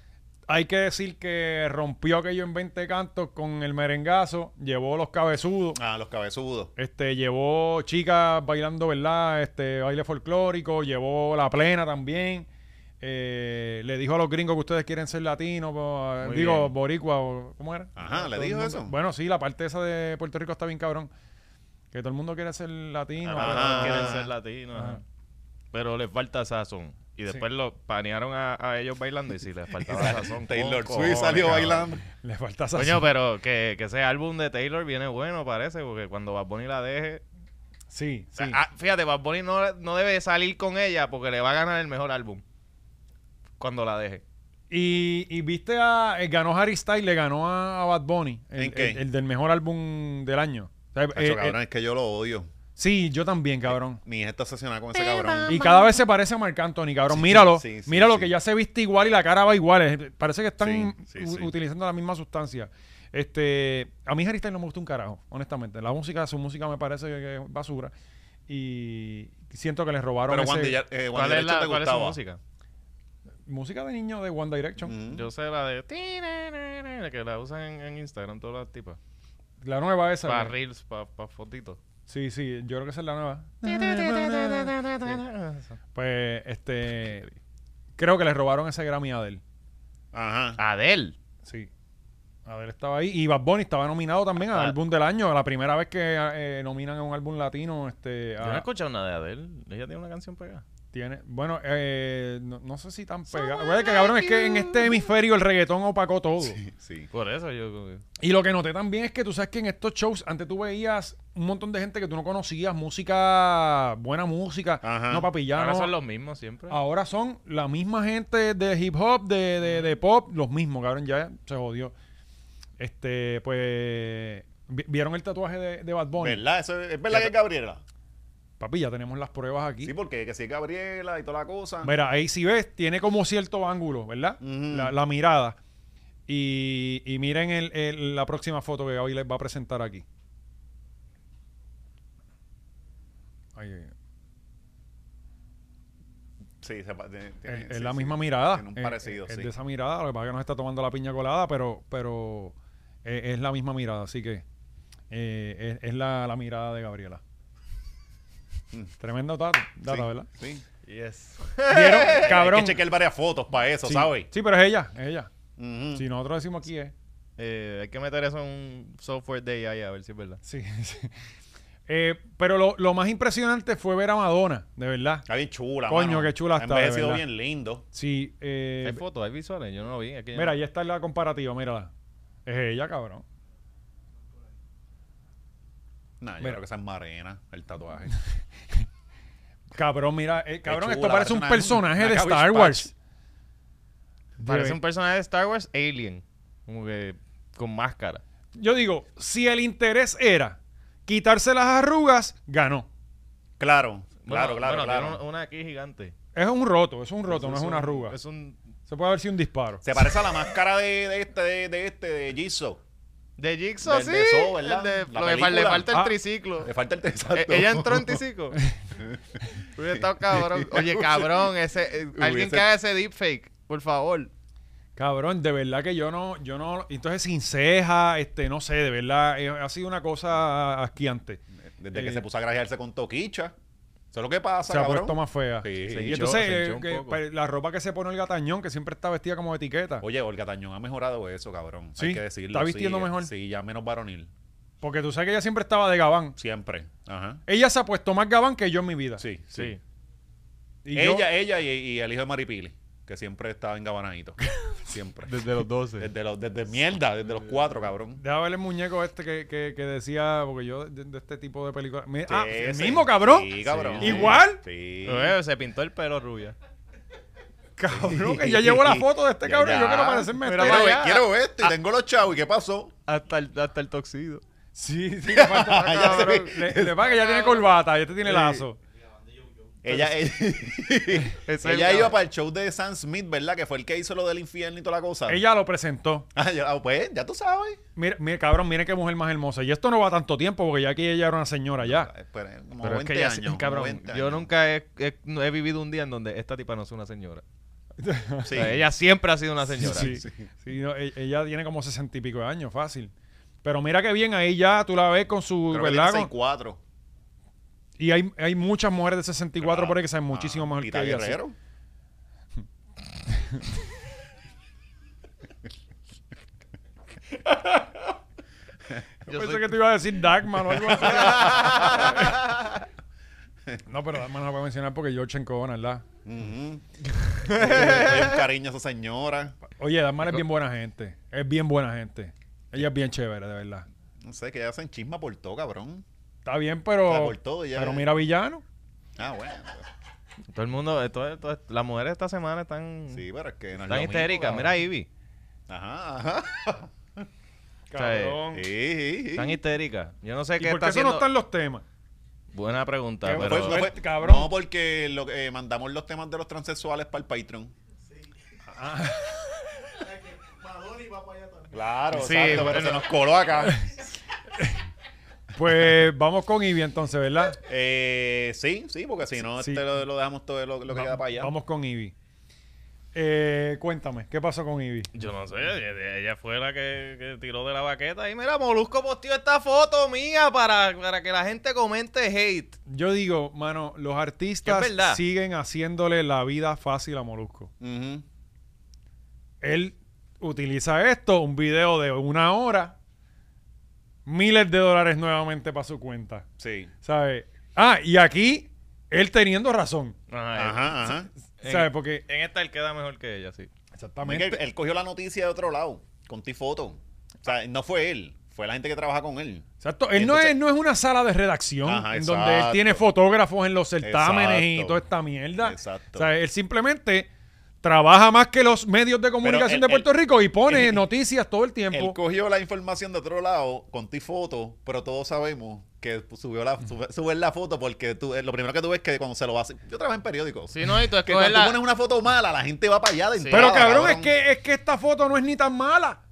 Hay que decir que rompió aquello en 20 cantos con el merengazo, llevó los cabezudos,
los cabezudos.
este, llevó chicas bailando, ¿verdad? Este, baile folclórico, llevó la plena también. Eh, le dijo a los gringos que ustedes quieren ser latinos, pues, eh,
Muy
digo,
bien.
boricua, o- ¿cómo era?
Ajá, ¿le
Todo el
dijo
mundo-
eso?
Bueno, sí, la parte esa de Puerto Rico está bien cabrón. Que todo el mundo quiere ser latino.
Ahora
pero-
Ajá.
no quieren ser latinos. ajá. Pero les falta sazón. Y después lo panearon a, a ellos bailando y sí, les faltaba sazón.
Taylor
Con
Swift
cojones,
salió
cabrón.
bailando.
Le falta sazón.
Coño, pero que, que ese álbum de Taylor viene bueno, parece, porque cuando Bad Bunny la deje...
Sí, sí.
Ah, fíjate, Bad Bunny no, no debe salir con ella porque le va a ganar el mejor álbum. Cuando la deje.
Y, y viste a. eh, ganó Harry Styles, le ganó a, a Bad Bunny. El,
¿En qué?
El, el del mejor álbum del año. O sea, eh,
Cacho,
eh,
cabrón, es que yo lo odio.
sí, yo también, cabrón.
Mi hija está obsesionada con ese cabrón.
Y cada vez se parece a Marc Anthony, cabrón. míralo.
sí, sí,
míralo,
sí.
que ya se viste igual y la cara va igual. Es- Parece que están
Sí, sí,
u-
sí.
utilizando la misma sustancia. Este, a mí Harry Styles no me gusta un carajo, honestamente. La música, su música me parece que es basura. Y siento que le robaron
Pero One
ese-
Dira- eh, One
¿Cuál es,
Direction
la,
te
cuál es su
gustaba.
música?
música de niño de One Direction.
Ujú.
Yo sé la de... ti, na, na, na, la que la usan en, en Instagram todas las tipas.
La nueva esa.
Para
¿no?
reels, para fotitos.
Sí, sí, yo creo que esa es la nueva. Pues, este. Creo que le robaron ese Grammy a Adele.
Ah,
Ajá.
Adel.
Sí. Adele estaba ahí. Y Bad Bunny estaba nominado también al
Ah.
álbum del año. La primera vez que eh, nominan a un álbum latino. Este,
Yo
a-
no he escuchado nada de Adel. Ella tiene una canción pegada.
tiene, bueno, eh, no, no sé si tan pegado. Acuérdate que, cabrón, es que en este hemisferio el reggaetón opacó todo.
Sí.
Por eso yo. como que-
Y lo que noté también es que tú sabes que en estos shows antes tú veías un montón de gente que tú no conocías, música, buena música.
Ajá.
No, papi, ya
Ahora
no. Ah.
son los mismos siempre.
Ahora son la misma gente de hip hop, de, de- de pop, los mismos, cabrón, ya se jodió. Este, pues, vi- ¿vieron el tatuaje de, de Bad Bunny?
¿Verdad? Eso es, es verdad que es Gabriela.
Papi, ya tenemos las pruebas aquí.
Sí, porque que sí es Gabriela y toda la cosa.
Mira, ahí si ves, tiene como cierto ángulo, ¿verdad?
Ujú.
la, la mirada. Y, y miren el- el- la próxima foto que Gaby les va a presentar aquí. Ay, ay, ay.
Sí, se pa- tiene- tiene-
es es
sí,
la
sí.
misma mirada.
Tiene un
eh,
parecido,
eh, es
sí.
de esa mirada, lo que pasa es que nos está tomando la piña colada, pero, pero eh, es la misma mirada, así que eh, es, es la, la mirada de Gabriela. Tremendo dato, data,
Mm. Sí,
¿verdad?
Sí.
Yes.
¿Vieron?
Hay
Cabrón.
que chequear varias fotos para eso, Mm.
sí,
¿sabes?
sí, pero es ella, es ella.
Ujú.
Si nosotros decimos aquí es.
Eh, hay que meter eso en un software de AI a ver si es verdad.
Sí, sí. Eh, pero lo, lo más impresionante fue ver a Madonna, de verdad.
Está bien chula,
Coño,
mano.
qué chula
Ha
está, de
envejecido
verdad.
bien lindo.
Sí, eh,
Hay fotos, hay visuales, yo no lo vi. aquí ya
mira,
no.
ya está la comparativa, mírala. Es ella, cabrón.
No, yo
Mira.
creo que esa es Marena, el tatuaje.
Cabrón, mira, eh, cabrón,
chula,
esto parece un
parece una-
personaje
una
de
Cabbage
Star
Patch.
Wars.
Parece un personaje de Star Wars alien. Como que con máscara.
Yo digo, si el interés era quitarse las arrugas, ganó.
Claro, claro,
Bueno,
claro,
bueno,
claro.
tiene un- una aquí gigante.
Es un roto, es un roto, no es
un-
una arruga.
Es un...
Se puede haber sido un disparo.
Se parece a la máscara de, de este, de, de este, de Jigsaw.
De Jigsaw,
Del
sí.
de Saw, ¿verdad?
el de-
La
lo que fal- le
película.
falta el
Ah.
triciclo.
Le falta el
Eh,
exacto.
Ella entró en triciclo. Hubiera estado cabrón. Oye, cabrón, ese, eh, alguien
Hubiese-
que haga ese deepfake, por favor.
Cabrón, de verdad que yo no, yo no, entonces sin ceja, este, no sé, de verdad, eh, ha sido una cosa asquiante.
Desde que
Eh,
se puso a grajearse con Toquicha. Eso es lo que pasa,
Se ha
cabrón.
puesto más fea.
Sí.
y
Se hinchó,
entonces
se
eh,
hinchó un
que,
poco.
pa- la ropa que se pone el gatañón, que siempre está vestida como de etiqueta.
Oye, Olga Tañón ha mejorado eso, cabrón.
Sí,
Hay que decirlo.
está vistiendo
sí,
mejor.
Sí, ya menos varonil.
Porque tú sabes que ella siempre estaba de gabán.
Siempre. Ajá.
Ella se ha puesto más gabán que yo en mi vida.
Sí, sí.
Sí.
Y yo-
ella, ella y, y el hijo de Maripili, que siempre estaba engabanadito. Siempre.
Desde los 12.
Desde los, desde mierda, desde los cuatro, cabrón.
Deja ver el muñeco este que, que- que decía, porque yo de, de este tipo de películas. Mi- ah,
Sí,
el
sí.
mismo cabrón.
Sí, cabrón.
Igual.
Sí.
Eh, se pintó el pelo rubia.
Cabrón, que ya llevo la foto de este
Ya,
cabrón. y Yo
ya.
quiero parecerme a
Mira,
este.
vaya.
Quiero, ver- quiero esto y tengo los chavos. ¿Y qué pasó?
Hasta el, hasta el toxido.
Sí, sí, le falta
Ya se
cabrón.
ve.
Le, le pasa que ya tiene corbata, ya este tiene lazo.
Ella, ella,
es
ella
el-
iba para el show de Sam Smith, ¿verdad? Que fue el que hizo lo del infierno y toda la cosa.
Ella lo presentó.
Ah, ya- ah, pues, ya tú sabes.
Mira, mira, cabrón, mire qué mujer más hermosa. Y esto no va tanto tiempo, porque ya aquí ella era una señora ya.
Ah, Espera, como
Pero es
20
que ella,
años. como
cabrón,
20
yo
años.
nunca he, he- no he vivido un día en donde esta tipa no es una señora.
Sí.
O sea, ella siempre ha sido una señora.
Sí, Sí, no, e- ella tiene como sesenta y pico de años, fácil. Pero mira qué bien, ahí ya tú la ves con su,
Creo que tiene
¿verdad? Con-
6'4".
y hay, hay muchas mujeres de 64 por ahí que saben muchísimo
Ah,
mejor
Tita
que ella. sí.
Guerrero.
Yo
Pues
Yo
pensé
soy-
que te iba a decir Dagman o algo así. no, pero Dagman no lo voy a mencionar porque George Encona, ¿verdad?
Ujú. Oye, un cariño a esa señora.
Oye, Dagman es bien buena gente. Es bien buena gente. Ella es bien chévere, de verdad.
No sé, que ya hacen chisma por todo, cabrón.
Está bien, pero.
La cortó y ya.
Pero mira, villano.
Ah, bueno.
Todo el mundo, eh, todo- todo- las mujeres esta semana están,
Sí, pero es que no es
están
lo mismo,
histéricas.
cabrón.
Mira a Ivy.
Ajá, ajá.
O sea, eh,
Cabrón.
Sí, sí, sí.
Están histéricas. Yo no sé
¿Y por
qué
qué
está
eso
haciendo.
no están los temas?
Buena pregunta,
¿Qué
No
pero...
fue- no fue-
cabrón.
No, porque lo, que- eh, mandamos los temas de los transexuales para el Patreon. Claro,
Sí,
exacto, pero
bueno.
se nos coló acá.
Pues vamos con Ivy entonces, ¿verdad?
Eh, sí, sí, porque si no,
Sí.
este lo, lo dejamos todo lo, lo que queda para allá.
Vamos con Ivy. Eh, cuéntame, ¿qué pasó con Ivy?
Yo no sé, e- ella fue la que, que tiró de la baqueta. Y mira, Molusco posteó esta foto mía para, para que la gente comente hate.
Yo digo, mano, los artistas
Es verdad.
siguen haciéndole la vida fácil a Molusco.
Ujú.
Él utiliza esto, un video de una hora, miles de dólares nuevamente para su cuenta.
Sí.
¿Sabes? Ah, y aquí, él teniendo razón. Eh,
Ajá, ajá.
En-
¿Sabes? Porque.
En esta él queda mejor que ella, sí.
Exactamente.
Eh. Es que Él, él cogió la noticia de otro lado, con Tifoto. O sea, no fue él, fue la gente que trabaja con él.
Exacto. Él no,
Entonces-
es, no es una sala de redacción
Ajá,
en donde él tiene
exacto.
fotógrafos en los certámenes y
Exacto.
toda esta mierda. O
Exacto.
sea, él simplemente trabaja más que los medios de comunicación
él-
de Puerto
él-
Rico y pone
él-
noticias todo el
Él
tiempo.
cogió la información de otro lado con ti foto, pero todos sabemos que subió la, sube, sube la foto porque tú, eh, lo primero que tú ves que cuando se lo hace. Yo trabajo en periódicos.
Sí, no, y tú
Que cuando
escoges
tú
la...
pones una foto mala, la gente va para allá de
Pero
entrada,
cabrón, Es, que, es que esta foto no es ni tan mala.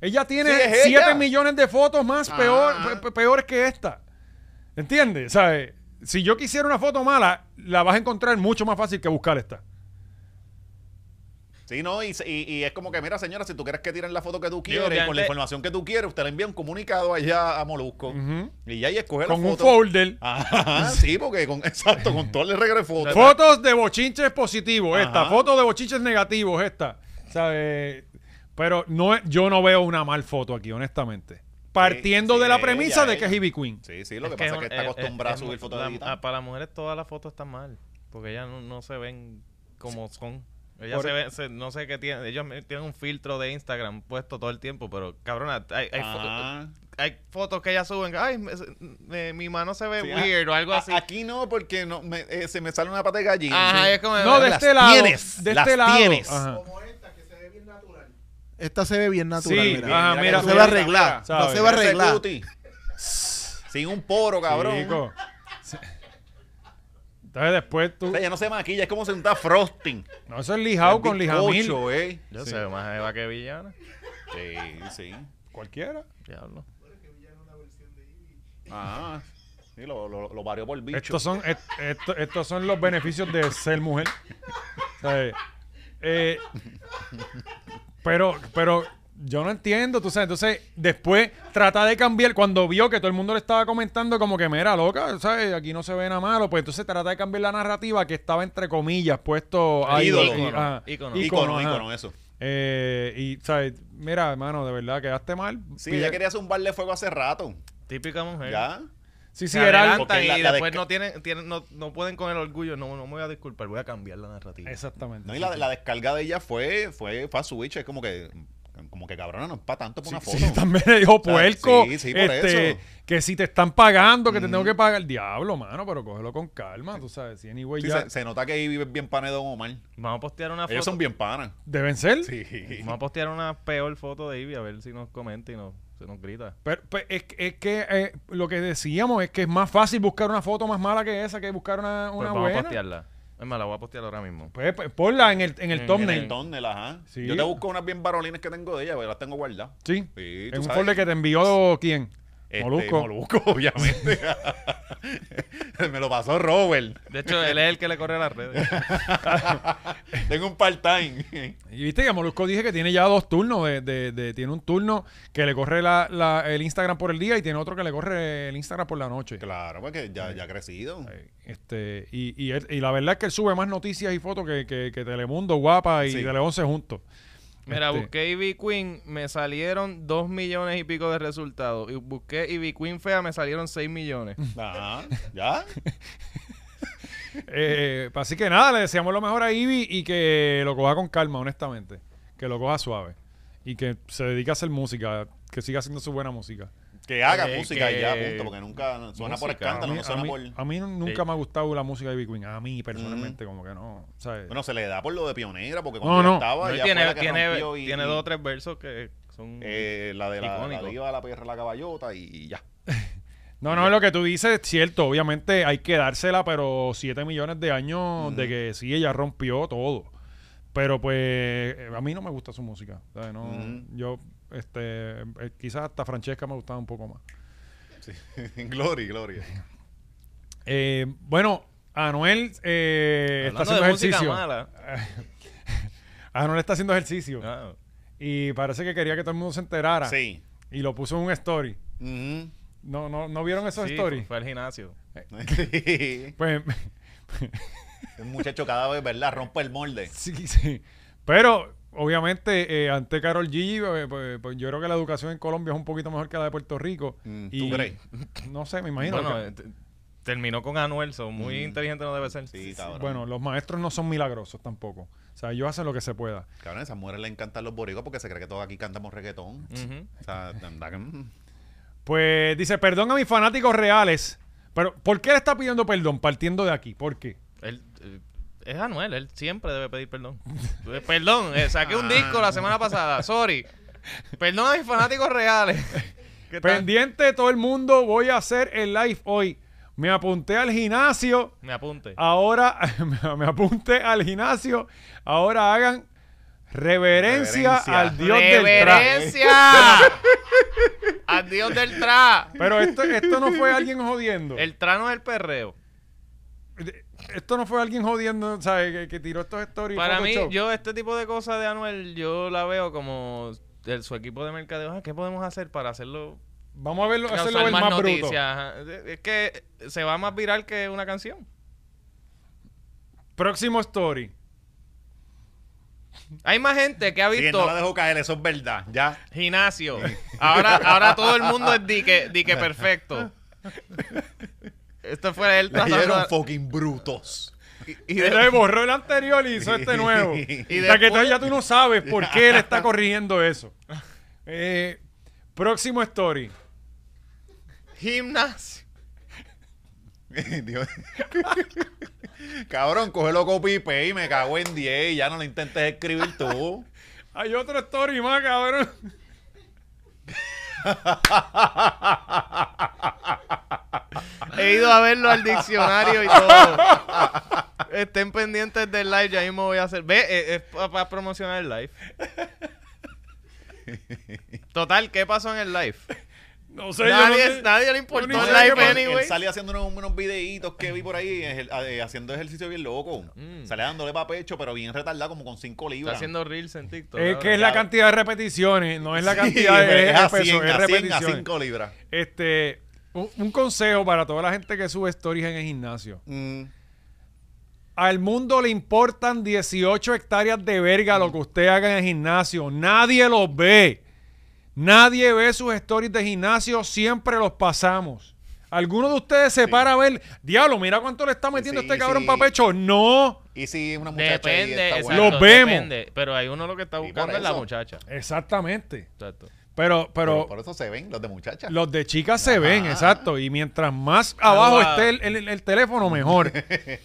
Ella tiene
Sí, es
7
ella.
millones de fotos más
Ajá.
peor, pe- pe- peores que esta. ¿Entiendes? ¿Sabes? Si yo quisiera una foto mala, la vas a encontrar mucho más fácil que buscar esta.
Sí, no, y, se- y- y es como que, mira, señora, si tú quieres que tiren la foto que tú
Digo,
quieres, con
obviamente-
la información que tú quieres, usted le envía un comunicado allá a Molusco.
Ujú.
Y ya ahí escoge
Con
la
un
foto. Ah,
folder.
Ajá, sí, porque con, exacto, con todo el regreso de fotos.
Fotos de bochinches positivos, esta.
Ajá.
Fotos de bochinches negativos, eh, esta. ¿Sabes? Pero no, es- yo no veo una mal foto aquí, honestamente. Partiendo
sí,
de la
ella,
premisa de que es
ella.
Ivy Queen.
Sí, sí, lo que pasa es que
eh,
está acostumbrada a subir fotos de editadas.
ah, Para las mujeres todas las fotos están mal, porque ellas no, no se ven como son. Ellas
Por-
se ven, se- no sé qué tienen, ellos me- tienen un filtro de Instagram puesto todo el tiempo, pero cabrona, hay, hay, fo-
Ah.
hay fotos que ellas suben, ay, me- se- me- mi mano se ve
Sí, ah,
weird o algo
a-
así.
Aquí no, porque no, me- eh, se me sale una pata de gallina.
Ajá,
Sí.
es como...
No, de
Las
este lado.
tienes,
de
las
este lado.
tienes.
Ajá.
Esta se ve bien natural.
Sí,
mira.
ajá, mira,
no se
mira,
va a
mira,
arreglar.
mira,
no
¿sabes?
se va a
Ese
arreglar.
cuti. Sin un poro, cabrón.
Chico. Sí. Entonces después
O
tú...
sea, ya no se maquilla, es como sentar frosting.
No, eso es lijado
Es
con lijamil.
bizcocho, eh.
Yo
Sí.
se ve más Eva que Villana.
Sí, sí.
Cualquiera.
Diablo.
Ajá. Ah, Sí, lo, lo, lo varió por bicho.
Estos son, est- esto- estos son los beneficios de ser mujer. ¿Sabes? Eh, pero, pero yo no entiendo, tú sabes. Entonces, después trata de cambiar. Cuando vio que todo el mundo le estaba comentando como que, mira, loca, ¿sabes? Aquí no se ve nada malo. Pues entonces trata de cambiar la narrativa que estaba entre comillas puesto... ahí.
Ídolo.
Y- ajá.
Ícono.
ícono,
ajá.
ícono, eso.
Eh, y, ¿sabes? Mira, hermano, de verdad, quedaste mal.
Sí,
Pide-
ella quería hacer un bar de fuego hace rato.
Típica mujer.
¿Ya?
Sí, sí,
Se
era algo...
adelantan
Porque
y
la- la
después
desca-
no, tienen, tienen- no, no pueden con el orgullo. No, no me voy a disculpar, voy a cambiar la narrativa.
Exactamente.
No, y la, la descarga de ella fue, fue, fue a Switch. Es como que, como que cabrona, no es para tanto por
Sí,
una foto.
sí, también le dijo
sea,
puerco.
sí, sí, por
este,
eso.
Que si te están pagando, que te tengo que pagar. Diablo, mano, pero cógelo con calma, tú sabes. Si anyway
Sí,
ya
se, se nota que ahí vive bien pane Don Omar.
Vamos a postear una foto.
Ellos son bien panas.
deben ser.
Sí.
Vamos a postear una peor foto de Ivy a ver si nos comenta y nos, se nos grita.
Pero, pe- es, que- es que eh, lo que decíamos es que es más fácil buscar una foto más mala que esa que buscar una,
Pues
una
vamos a
buena.
postearla. Es más, la voy a postear ahora mismo.
Pues, pues, ponla en el, en el
En
thumbnail.
el tonel, ajá.
Sí.
Yo te busco unas bien varolines que tengo de ella, pero las tengo guardadas.
Sí.
Sí, tú
en un
sabes.
folder que te envió quién.
Este,
Molusco.
Molusco, obviamente. Me lo pasó Robert.
De hecho, él es el que le corre las redes.
tengo un part-time.
Y viste que Molusco dije que tiene ya dos turnos. De, de- de- tiene un turno que le corre la- la- el Instagram por el día y tiene otro que le corre el Instagram por la noche.
claro, porque ya, ya ha crecido.
Eh, Este, y, y él- y la verdad es que él sube más noticias y fotos que, que- que Telemundo, Guapa y
Sí.
Tele 11 juntos.
Mira,
Este,
busqué Ivy Queen, me salieron 2 millones y pico de resultados. Y busqué Ivy Queen fea, me salieron 6 millones.
Ajá. ¿Ya?
eh, así que nada, le deseamos lo mejor a Ivy y que lo coja con calma, honestamente. Que lo coja suave. Y que se dedique a hacer música, que siga haciendo su buena música.
Que haga
Eh,
música
que-
y ya, punto. Porque nunca no- suena por
Música.
escándalo,
a mí,
no suena
a mí-
por.
a mí nunca
Sí.
me ha gustado la música de Ivy Queen. A mí personalmente, como que no. ¿sabes?
Mm. Bueno, se le da por lo de pionera, porque
No,
cuando ella
no.
estaba,
No, y
Oh, ya fue
tiene,
la que
tiene,
rompió y-
tiene dos o tres versos que son...
eh, la de la, la
Icónico.
diva, la perra, la caballota y ya.
No, no, lo que tú dices es cierto. Obviamente hay que dársela, pero 7 millones de años de que sí, ella rompió todo. Pero pues eh, a mí no me gusta su música. ¿sabes? No,
Ujú.
Yo, este, eh, quizás hasta Francesca me gustaba un poco más.
gloria, gloria.
Eh, bueno, Anuel eh, está
Hablando
haciendo
de música
ejercicio.
mala.
Anuel está haciendo ejercicio.
Ah,
Y parece que quería que todo el mundo se enterara.
Sí.
Y lo puso en un story.
Ujú.
No, no, ¿no vieron esos
sí, fue,
stories?
fue al gimnasio.
Sí.
Pues
Un muchacho cada vez, ¿verdad? Rompe el molde.
Sí, sí. Pero, obviamente, eh, ante Carol G, eh, pues, pues, yo creo que la educación en Colombia es un poquito mejor que la de Puerto Rico.
Mm, ¿tú
Y-
crees?
No sé, me imagino.
Bueno,
que-
eh, te- terminó con Anuel, so muy inteligente no debe ser.
Mm. Sí, cabrón.
bueno, los maestros no son milagrosos tampoco. O sea, ellos hacen lo que se pueda.
Cabrón, a esas mujeres le encantan los boricos porque se cree que todos aquí cantamos reggaetón.
Ujú.
O sea, de verdad que, mm.
Pues dice, perdón a mis fanáticos reales. Pero, ¿por qué le está pidiendo perdón partiendo de aquí? ¿Por qué?
Él, eh, es Anuel, él siempre debe pedir perdón. Eh, perdón, eh, saqué un disco la semana pasada, sorry. Perdón a mis fanáticos reales. ¿Qué tal?
Pendiente todo el mundo, voy a hacer el live hoy. Me apunté al gimnasio.
Me apunte.
Ahora me- me apunte al gimnasio. Ahora hagan reverencia,
Reverencia.
al Dios del eh. trap.
¡Reverencia! ¡Al Dios del tra!
Pero esto, esto no fue alguien jodiendo.
El tra no es el perreo.
Esto no fue alguien jodiendo, ¿sabes? Que, que tiró estos stories.
Para mí,
Photoshop.
yo este tipo de cosas de Anuel, yo la veo como el- su equipo de mercadeo. Ah, ¿Qué podemos hacer para hacerlo
Vamos a verlo, hacerlo
causar
ver
más,
más bruto.
noticias? Ajá. Es que se va más viral que una canción.
Próximo story.
Hay más gente que ha
Sí,
visto
no la dejó caer, eso es verdad. Ya.
gimnasio. Ahora, ahora todo el mundo es dique, dique perfecto. Esto fue el
Le
tratando-
dieron fucking brutos.
y, y
Y
de-
le borró el anterior y hizo este nuevo.
Y
y que
después-
entonces ya tú no sabes por qué él está corrigiendo eso. Eh, próximo story.
gimnasio.
Dios. Cabrón, cógelo copy y me cago en 10 y ya no lo intentes escribir tú.
Hay otro story más, cabrón.
He ido a verlo al diccionario y todo. Estén pendientes del live, ya mismo voy a hacer. Ve, eh, es para promocionar el live. Total, ¿qué pasó en el live?
No sé, yo no
Nadie,
sé.
nadie le
Yo
importó
ni
el
sé
Él-
qué
live
pasó.
Él
anyway.
sale haciendo unos, unos videitos que vi por ahí ej- eh, haciendo ejercicio bien loco. Sale dándole pa' pecho, pero bien retardado, como con 5
Mm. Está
libras.
haciendo reels en TikTok.
Es
ahora.
que es la cantidad de repeticiones, no es la
Sí,
cantidad
pero
de
es a
peso,
100,
es
a 100, a
repeticiones.
5 libras.
Este, un, un consejo para toda la gente que sube stories en el gimnasio.
Mm.
Al mundo le importan 18 hectáreas de verga lo que usted haga en el gimnasio. Nadie los ve. Nadie ve sus stories de gimnasio. Siempre los pasamos. ¿Alguno de ustedes se para a ver? Diablo, mira cuánto le está metiendo
sí,
este cabrón
sí.
para pecho. No.
Y si una muchacha ahí
Depende,
está
Lo
buena.
Los
exacto,
vemos.
depende. Pero hay uno lo que está
por
buscando es la
eso.
muchacha.
Exactamente.
Exacto.
Pero,
Pero
pero
por eso se ven los de muchachas.
los de chicas se ven, exacto. Y mientras más
Saluda.
abajo esté el, el- el teléfono, mejor.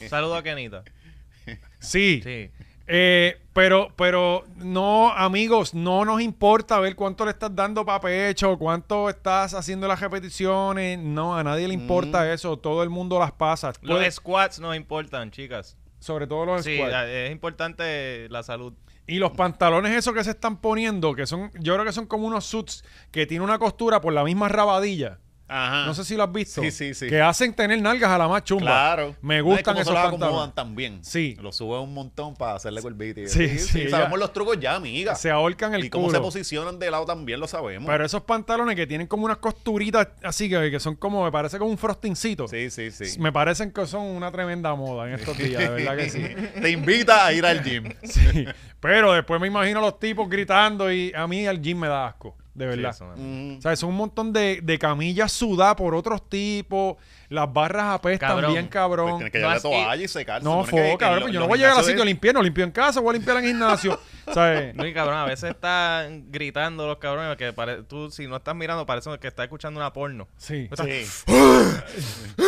Saludo a Kenita.
Eh. Sí.
Sí.
Eh, pero, pero no, amigos, no nos importa ver cuánto le estás dando para pecho, cuánto estás haciendo las repeticiones. No, a nadie le importa
Mm.
eso. Todo el mundo las pasa.
Los
Puedes-
squats no importan, chicas.
sobre todo los
Sí,
squats.
la- es importante la salud.
Y los pantalones esos que se están poniendo, que son, yo creo que son como unos suits que tiene una costura por la misma rabadilla.
Ajá.
No sé si lo has visto.
Ah. Sí, sí, sí.
Que hacen tener nalgas a la más chumba.
Claro.
Me
No,
gustan
es como
esos
se los
pantalones.
acomodan también.
Sí.
Lo suben un montón para hacerle curvita. y-
Sí, sí,
Sabemos
ya.
los trucos ya, amiga.
Se ahorcan el
y cómo
culo.
se posicionan de lado también lo sabemos.
Pero esos pantalones que tienen como unas costuritas así que, que son como, me parece como un frostingcito.
sí, sí, sí.
Me parecen que son una tremenda moda en estos días, de verdad que sí.
Te invita a ir al gym.
Sí. Pero después me imagino a los tipos gritando y a mí al gym me da asco, de verdad.
Sí, eso no.
Mm.
o sea, son un montón de, de camillas sudadas por otros tipos, las barras apestan
Cabrón.
bien
Pues
cabrón.
tienes que
No
llevar la
has-
toalla y secarse.
No,
Se supone que-
fo,
que
cabrón,
lo-
pues yo
los
no voy a llegar al
gimnasios
sitio, limpio, no limpio en casa, voy a limpiar en el gimnasio. ¿Sabes?
No, y cabrón, a veces están gritando los cabrones que pare- tú si no estás mirando parece que estás escuchando una porno.
Sí.
es- Sí.
y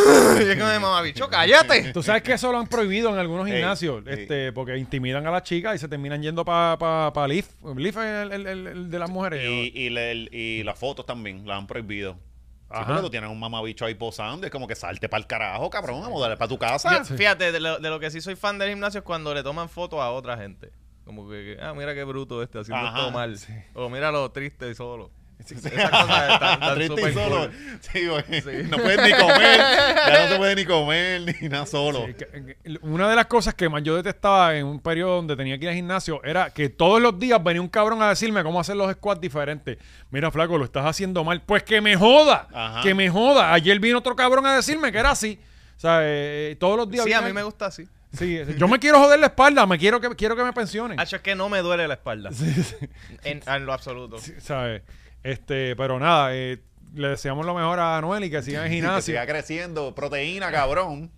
es que me mamá bicho, cállate.
Tú sabes que eso lo han prohibido en algunos
Ey,
gimnasios,
ey.
este, porque intimidan a las chicas y se terminan yendo para pa, pa Leaf. Leaf es el, el- el- el de las mujeres. Eh,
Y, y, le- el- y las fotos también las han prohibido. Sí,
Ajá.
porque tú tienes un mamabicho ahí posando. Es como que salte para el carajo, cabrón. Vamos a darle para tu casa.
Fíjate, de lo, de lo que sí soy fan del gimnasio es cuando le toman fotos a otra gente. Como que, ah, mira qué bruto este haciendo
Ajá,
todo mal. O mira lo triste y solo. Esas cosas están- están
Triste y
súper
solo.
cool.
Sí, güey.
Sí.
No puedes ni comer. Ya no te puedes ni comer ni nada solo.
Eh, que- que- Una de las cosas que más yo detestaba en un periodo donde tenía que ir al gimnasio era que todos los días venía un cabrón a decirme cómo hacer los squats diferentes. Mira, flaco, lo estás haciendo mal. Pues que me joda,
Ajá.
que me joda. Ayer vino otro cabrón a decirme que era así. O sea, eh, todos los días.
Sí, a
viene-
mí me gusta así.
Sí, eh, yo me quiero joder la espalda, me quiero que quiero que me pensionen.
Hacho, es que no me duele la espalda. En, en lo absoluto.
Sí, ¿sabes? Este, pero nada, eh, le deseamos lo mejor a Anuel y que siga en el
Que
gimnasio.
siga creciendo. Proteína, cabrón.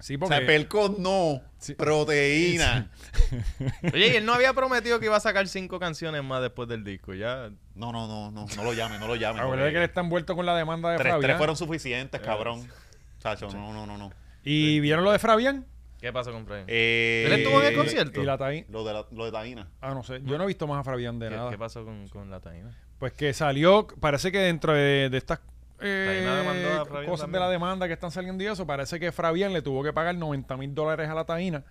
Sí,
O sea,
porque
pelcos no.
Sí.
Proteína.
Oye, y él no había prometido que iba a sacar cinco canciones más después del disco. Ya
No, no, no, no. No lo llames, no lo llames.
acuérdate que él está Eh, envuelto con la demanda de
tres,
Fabián.
tres fueron suficientes, cabrón. Chacho, no, no, no, no.
¿Y vieron lo de Fabián?
¿Qué pasó con Frank?
Eh,
¿Él estuvo en el concierto?
Y la Taín.
Lo de, la- lo de Taína.
Ah, no sé. Yo no he visto más a Fabián de
¿Qué,
nada.
qué pasó con, con la taína?
Pues que salió, parece que dentro de, de estas eh,
Taína demandó a Fabián
cosas de
también.
la demanda que están saliendo y eso, parece que Fabián le tuvo que pagar 90 mil dólares a la Taína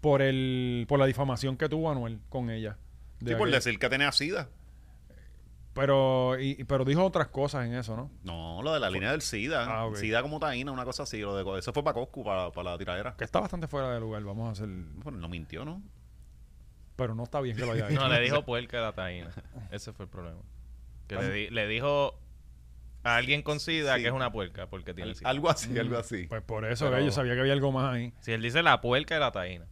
por el por la difamación que tuvo Anuel con ella. De
Sí, por
aquel-
decir que tenía SIDA.
pero, y- y- pero dijo otras cosas en eso, ¿no?
No, lo de la línea del SIDA.
Ah, ok.
SIDA como Taína, una cosa así. Lo de, eso fue para Coscu, para, para la tiradera.
Que está bastante fuera de lugar, vamos a hacer...
Bueno, no mintió, ¿no?
Pero no está bien que lo haya hecho.
No, le dijo puerca a la taína. Ese fue el problema. Que le, di- le dijo a alguien con sida
Sí.
que es una puerca porque tiene sida.
Algo así, algo así.
Pues por eso,
Pero-
ve, yo sabía que había algo más ahí.
Si él dice la puerca de la taína.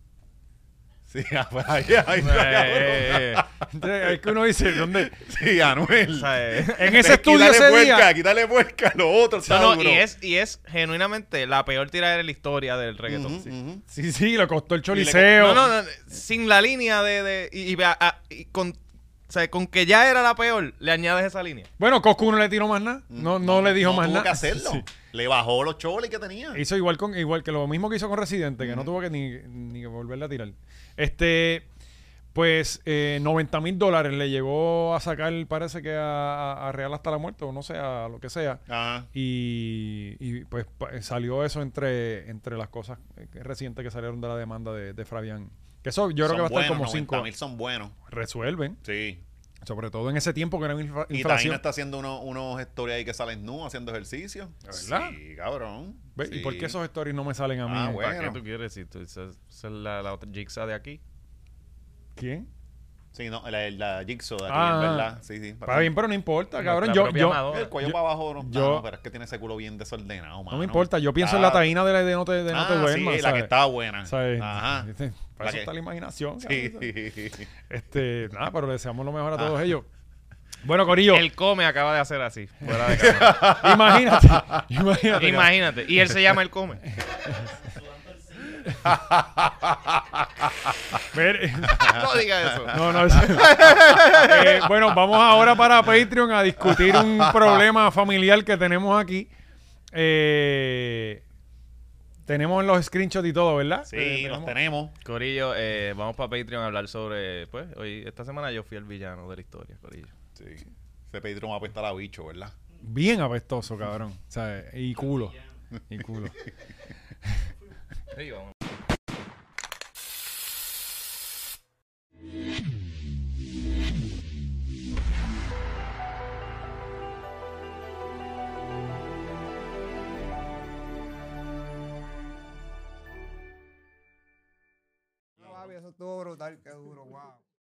Sí, ah, pues ahí, ahí,
Eh, eh,
Es que uno dice, ¿dónde?
Sí, Anuel.
o sea, eh.
En ese estudio
quítale
ese
puerca,
día.
quítale puerca, lo otro está
No, no,
duro.
y es, y es genuinamente la peor tiradera de la historia del reggaetón.
Ujú, ujú.
Sí, sí, lo costó el
No,
choliseo.
no, no, sin la línea de... de- y, y- a- y con, o sea, con que ya era la peor, le añades esa línea.
Bueno, Coscu no le tiró más nada.
Mm,
No, no, le dijo más
tuvo
nada.
que hacerlo.
Sí.
Le bajó los choles que tenía.
Hizo igual con igual que lo mismo que hizo con Residente, que no tuvo que ni, ni que volverle a tirar. Este, pues eh, 90 mil dólares le llegó a sacar, parece que a, a- a Real hasta la muerte, o no sé, a lo que sea.
Ajá.
Y, y, pues pa- salió eso entre, entre las cosas eh, recientes que salieron de la demanda de, de Fabián. Que eso yo creo que va a estar como cinco.
mil son buenos.
Resuelven,
Sí.
sobre todo en ese tiempo que era infla-
Y Taina
inflación.
está haciendo uno- unos stories ahí que salen nu haciendo ejercicio.
verdad?
Sí, cabrón.
Ve, ¿Y
Sí.
por qué esos stories no me salen a mí?
Ah, bueno.
¿Para qué tú quieres? Si tú, esa esa es la, la otra jigsaw de aquí.
¿Quién?
Sí, no, la, la Jigsaw de aquí,
Ah.
¿verdad? Sí, sí.
Está bien, pero no importa,
Nuestra
cabrón. Yo,
propia
yo-
Madonna.
El cuello
Yo-
para abajo, no,
yo-
no, pero es que tiene ese culo bien desordenado,
No
mano.
me importa, yo pienso en la
Está-
taína de, la- de No te, de no
ah,
te duermas.
sí, la que
¿sabes?
estaba buena.
¿Sabes?
Ajá.
Este,
La
Para eso
que-
está la imaginación.
Sí. Ah.
cabrón. Este, nada, pero le deseamos lo mejor a todos ellos. Bueno, Corillo,
El come acaba de hacer así, fuera de cámara.
imagínate. imagínate.
Imagínate. Y él se llama el come.
Ver-
No diga eso.
no, no, eso- Eh, bueno, vamos ahora para Patreon a discutir un problema familiar que tenemos aquí. Eh, tenemos los screenshots y todo, ¿verdad?
Sí,
Eh,
los tenemos.
Corillo, eh, vamos para Patreon a hablar sobre, pues, hoy, esta semana yo fui el villano de la historia, Corillo.
Sí. Ese Pedro va a apestar a bicho, ¿verdad?
Bien apestoso, cabrón. ¿sabes? Y culo. Y culo.
Eso estuvo brutal, qué duro, wow.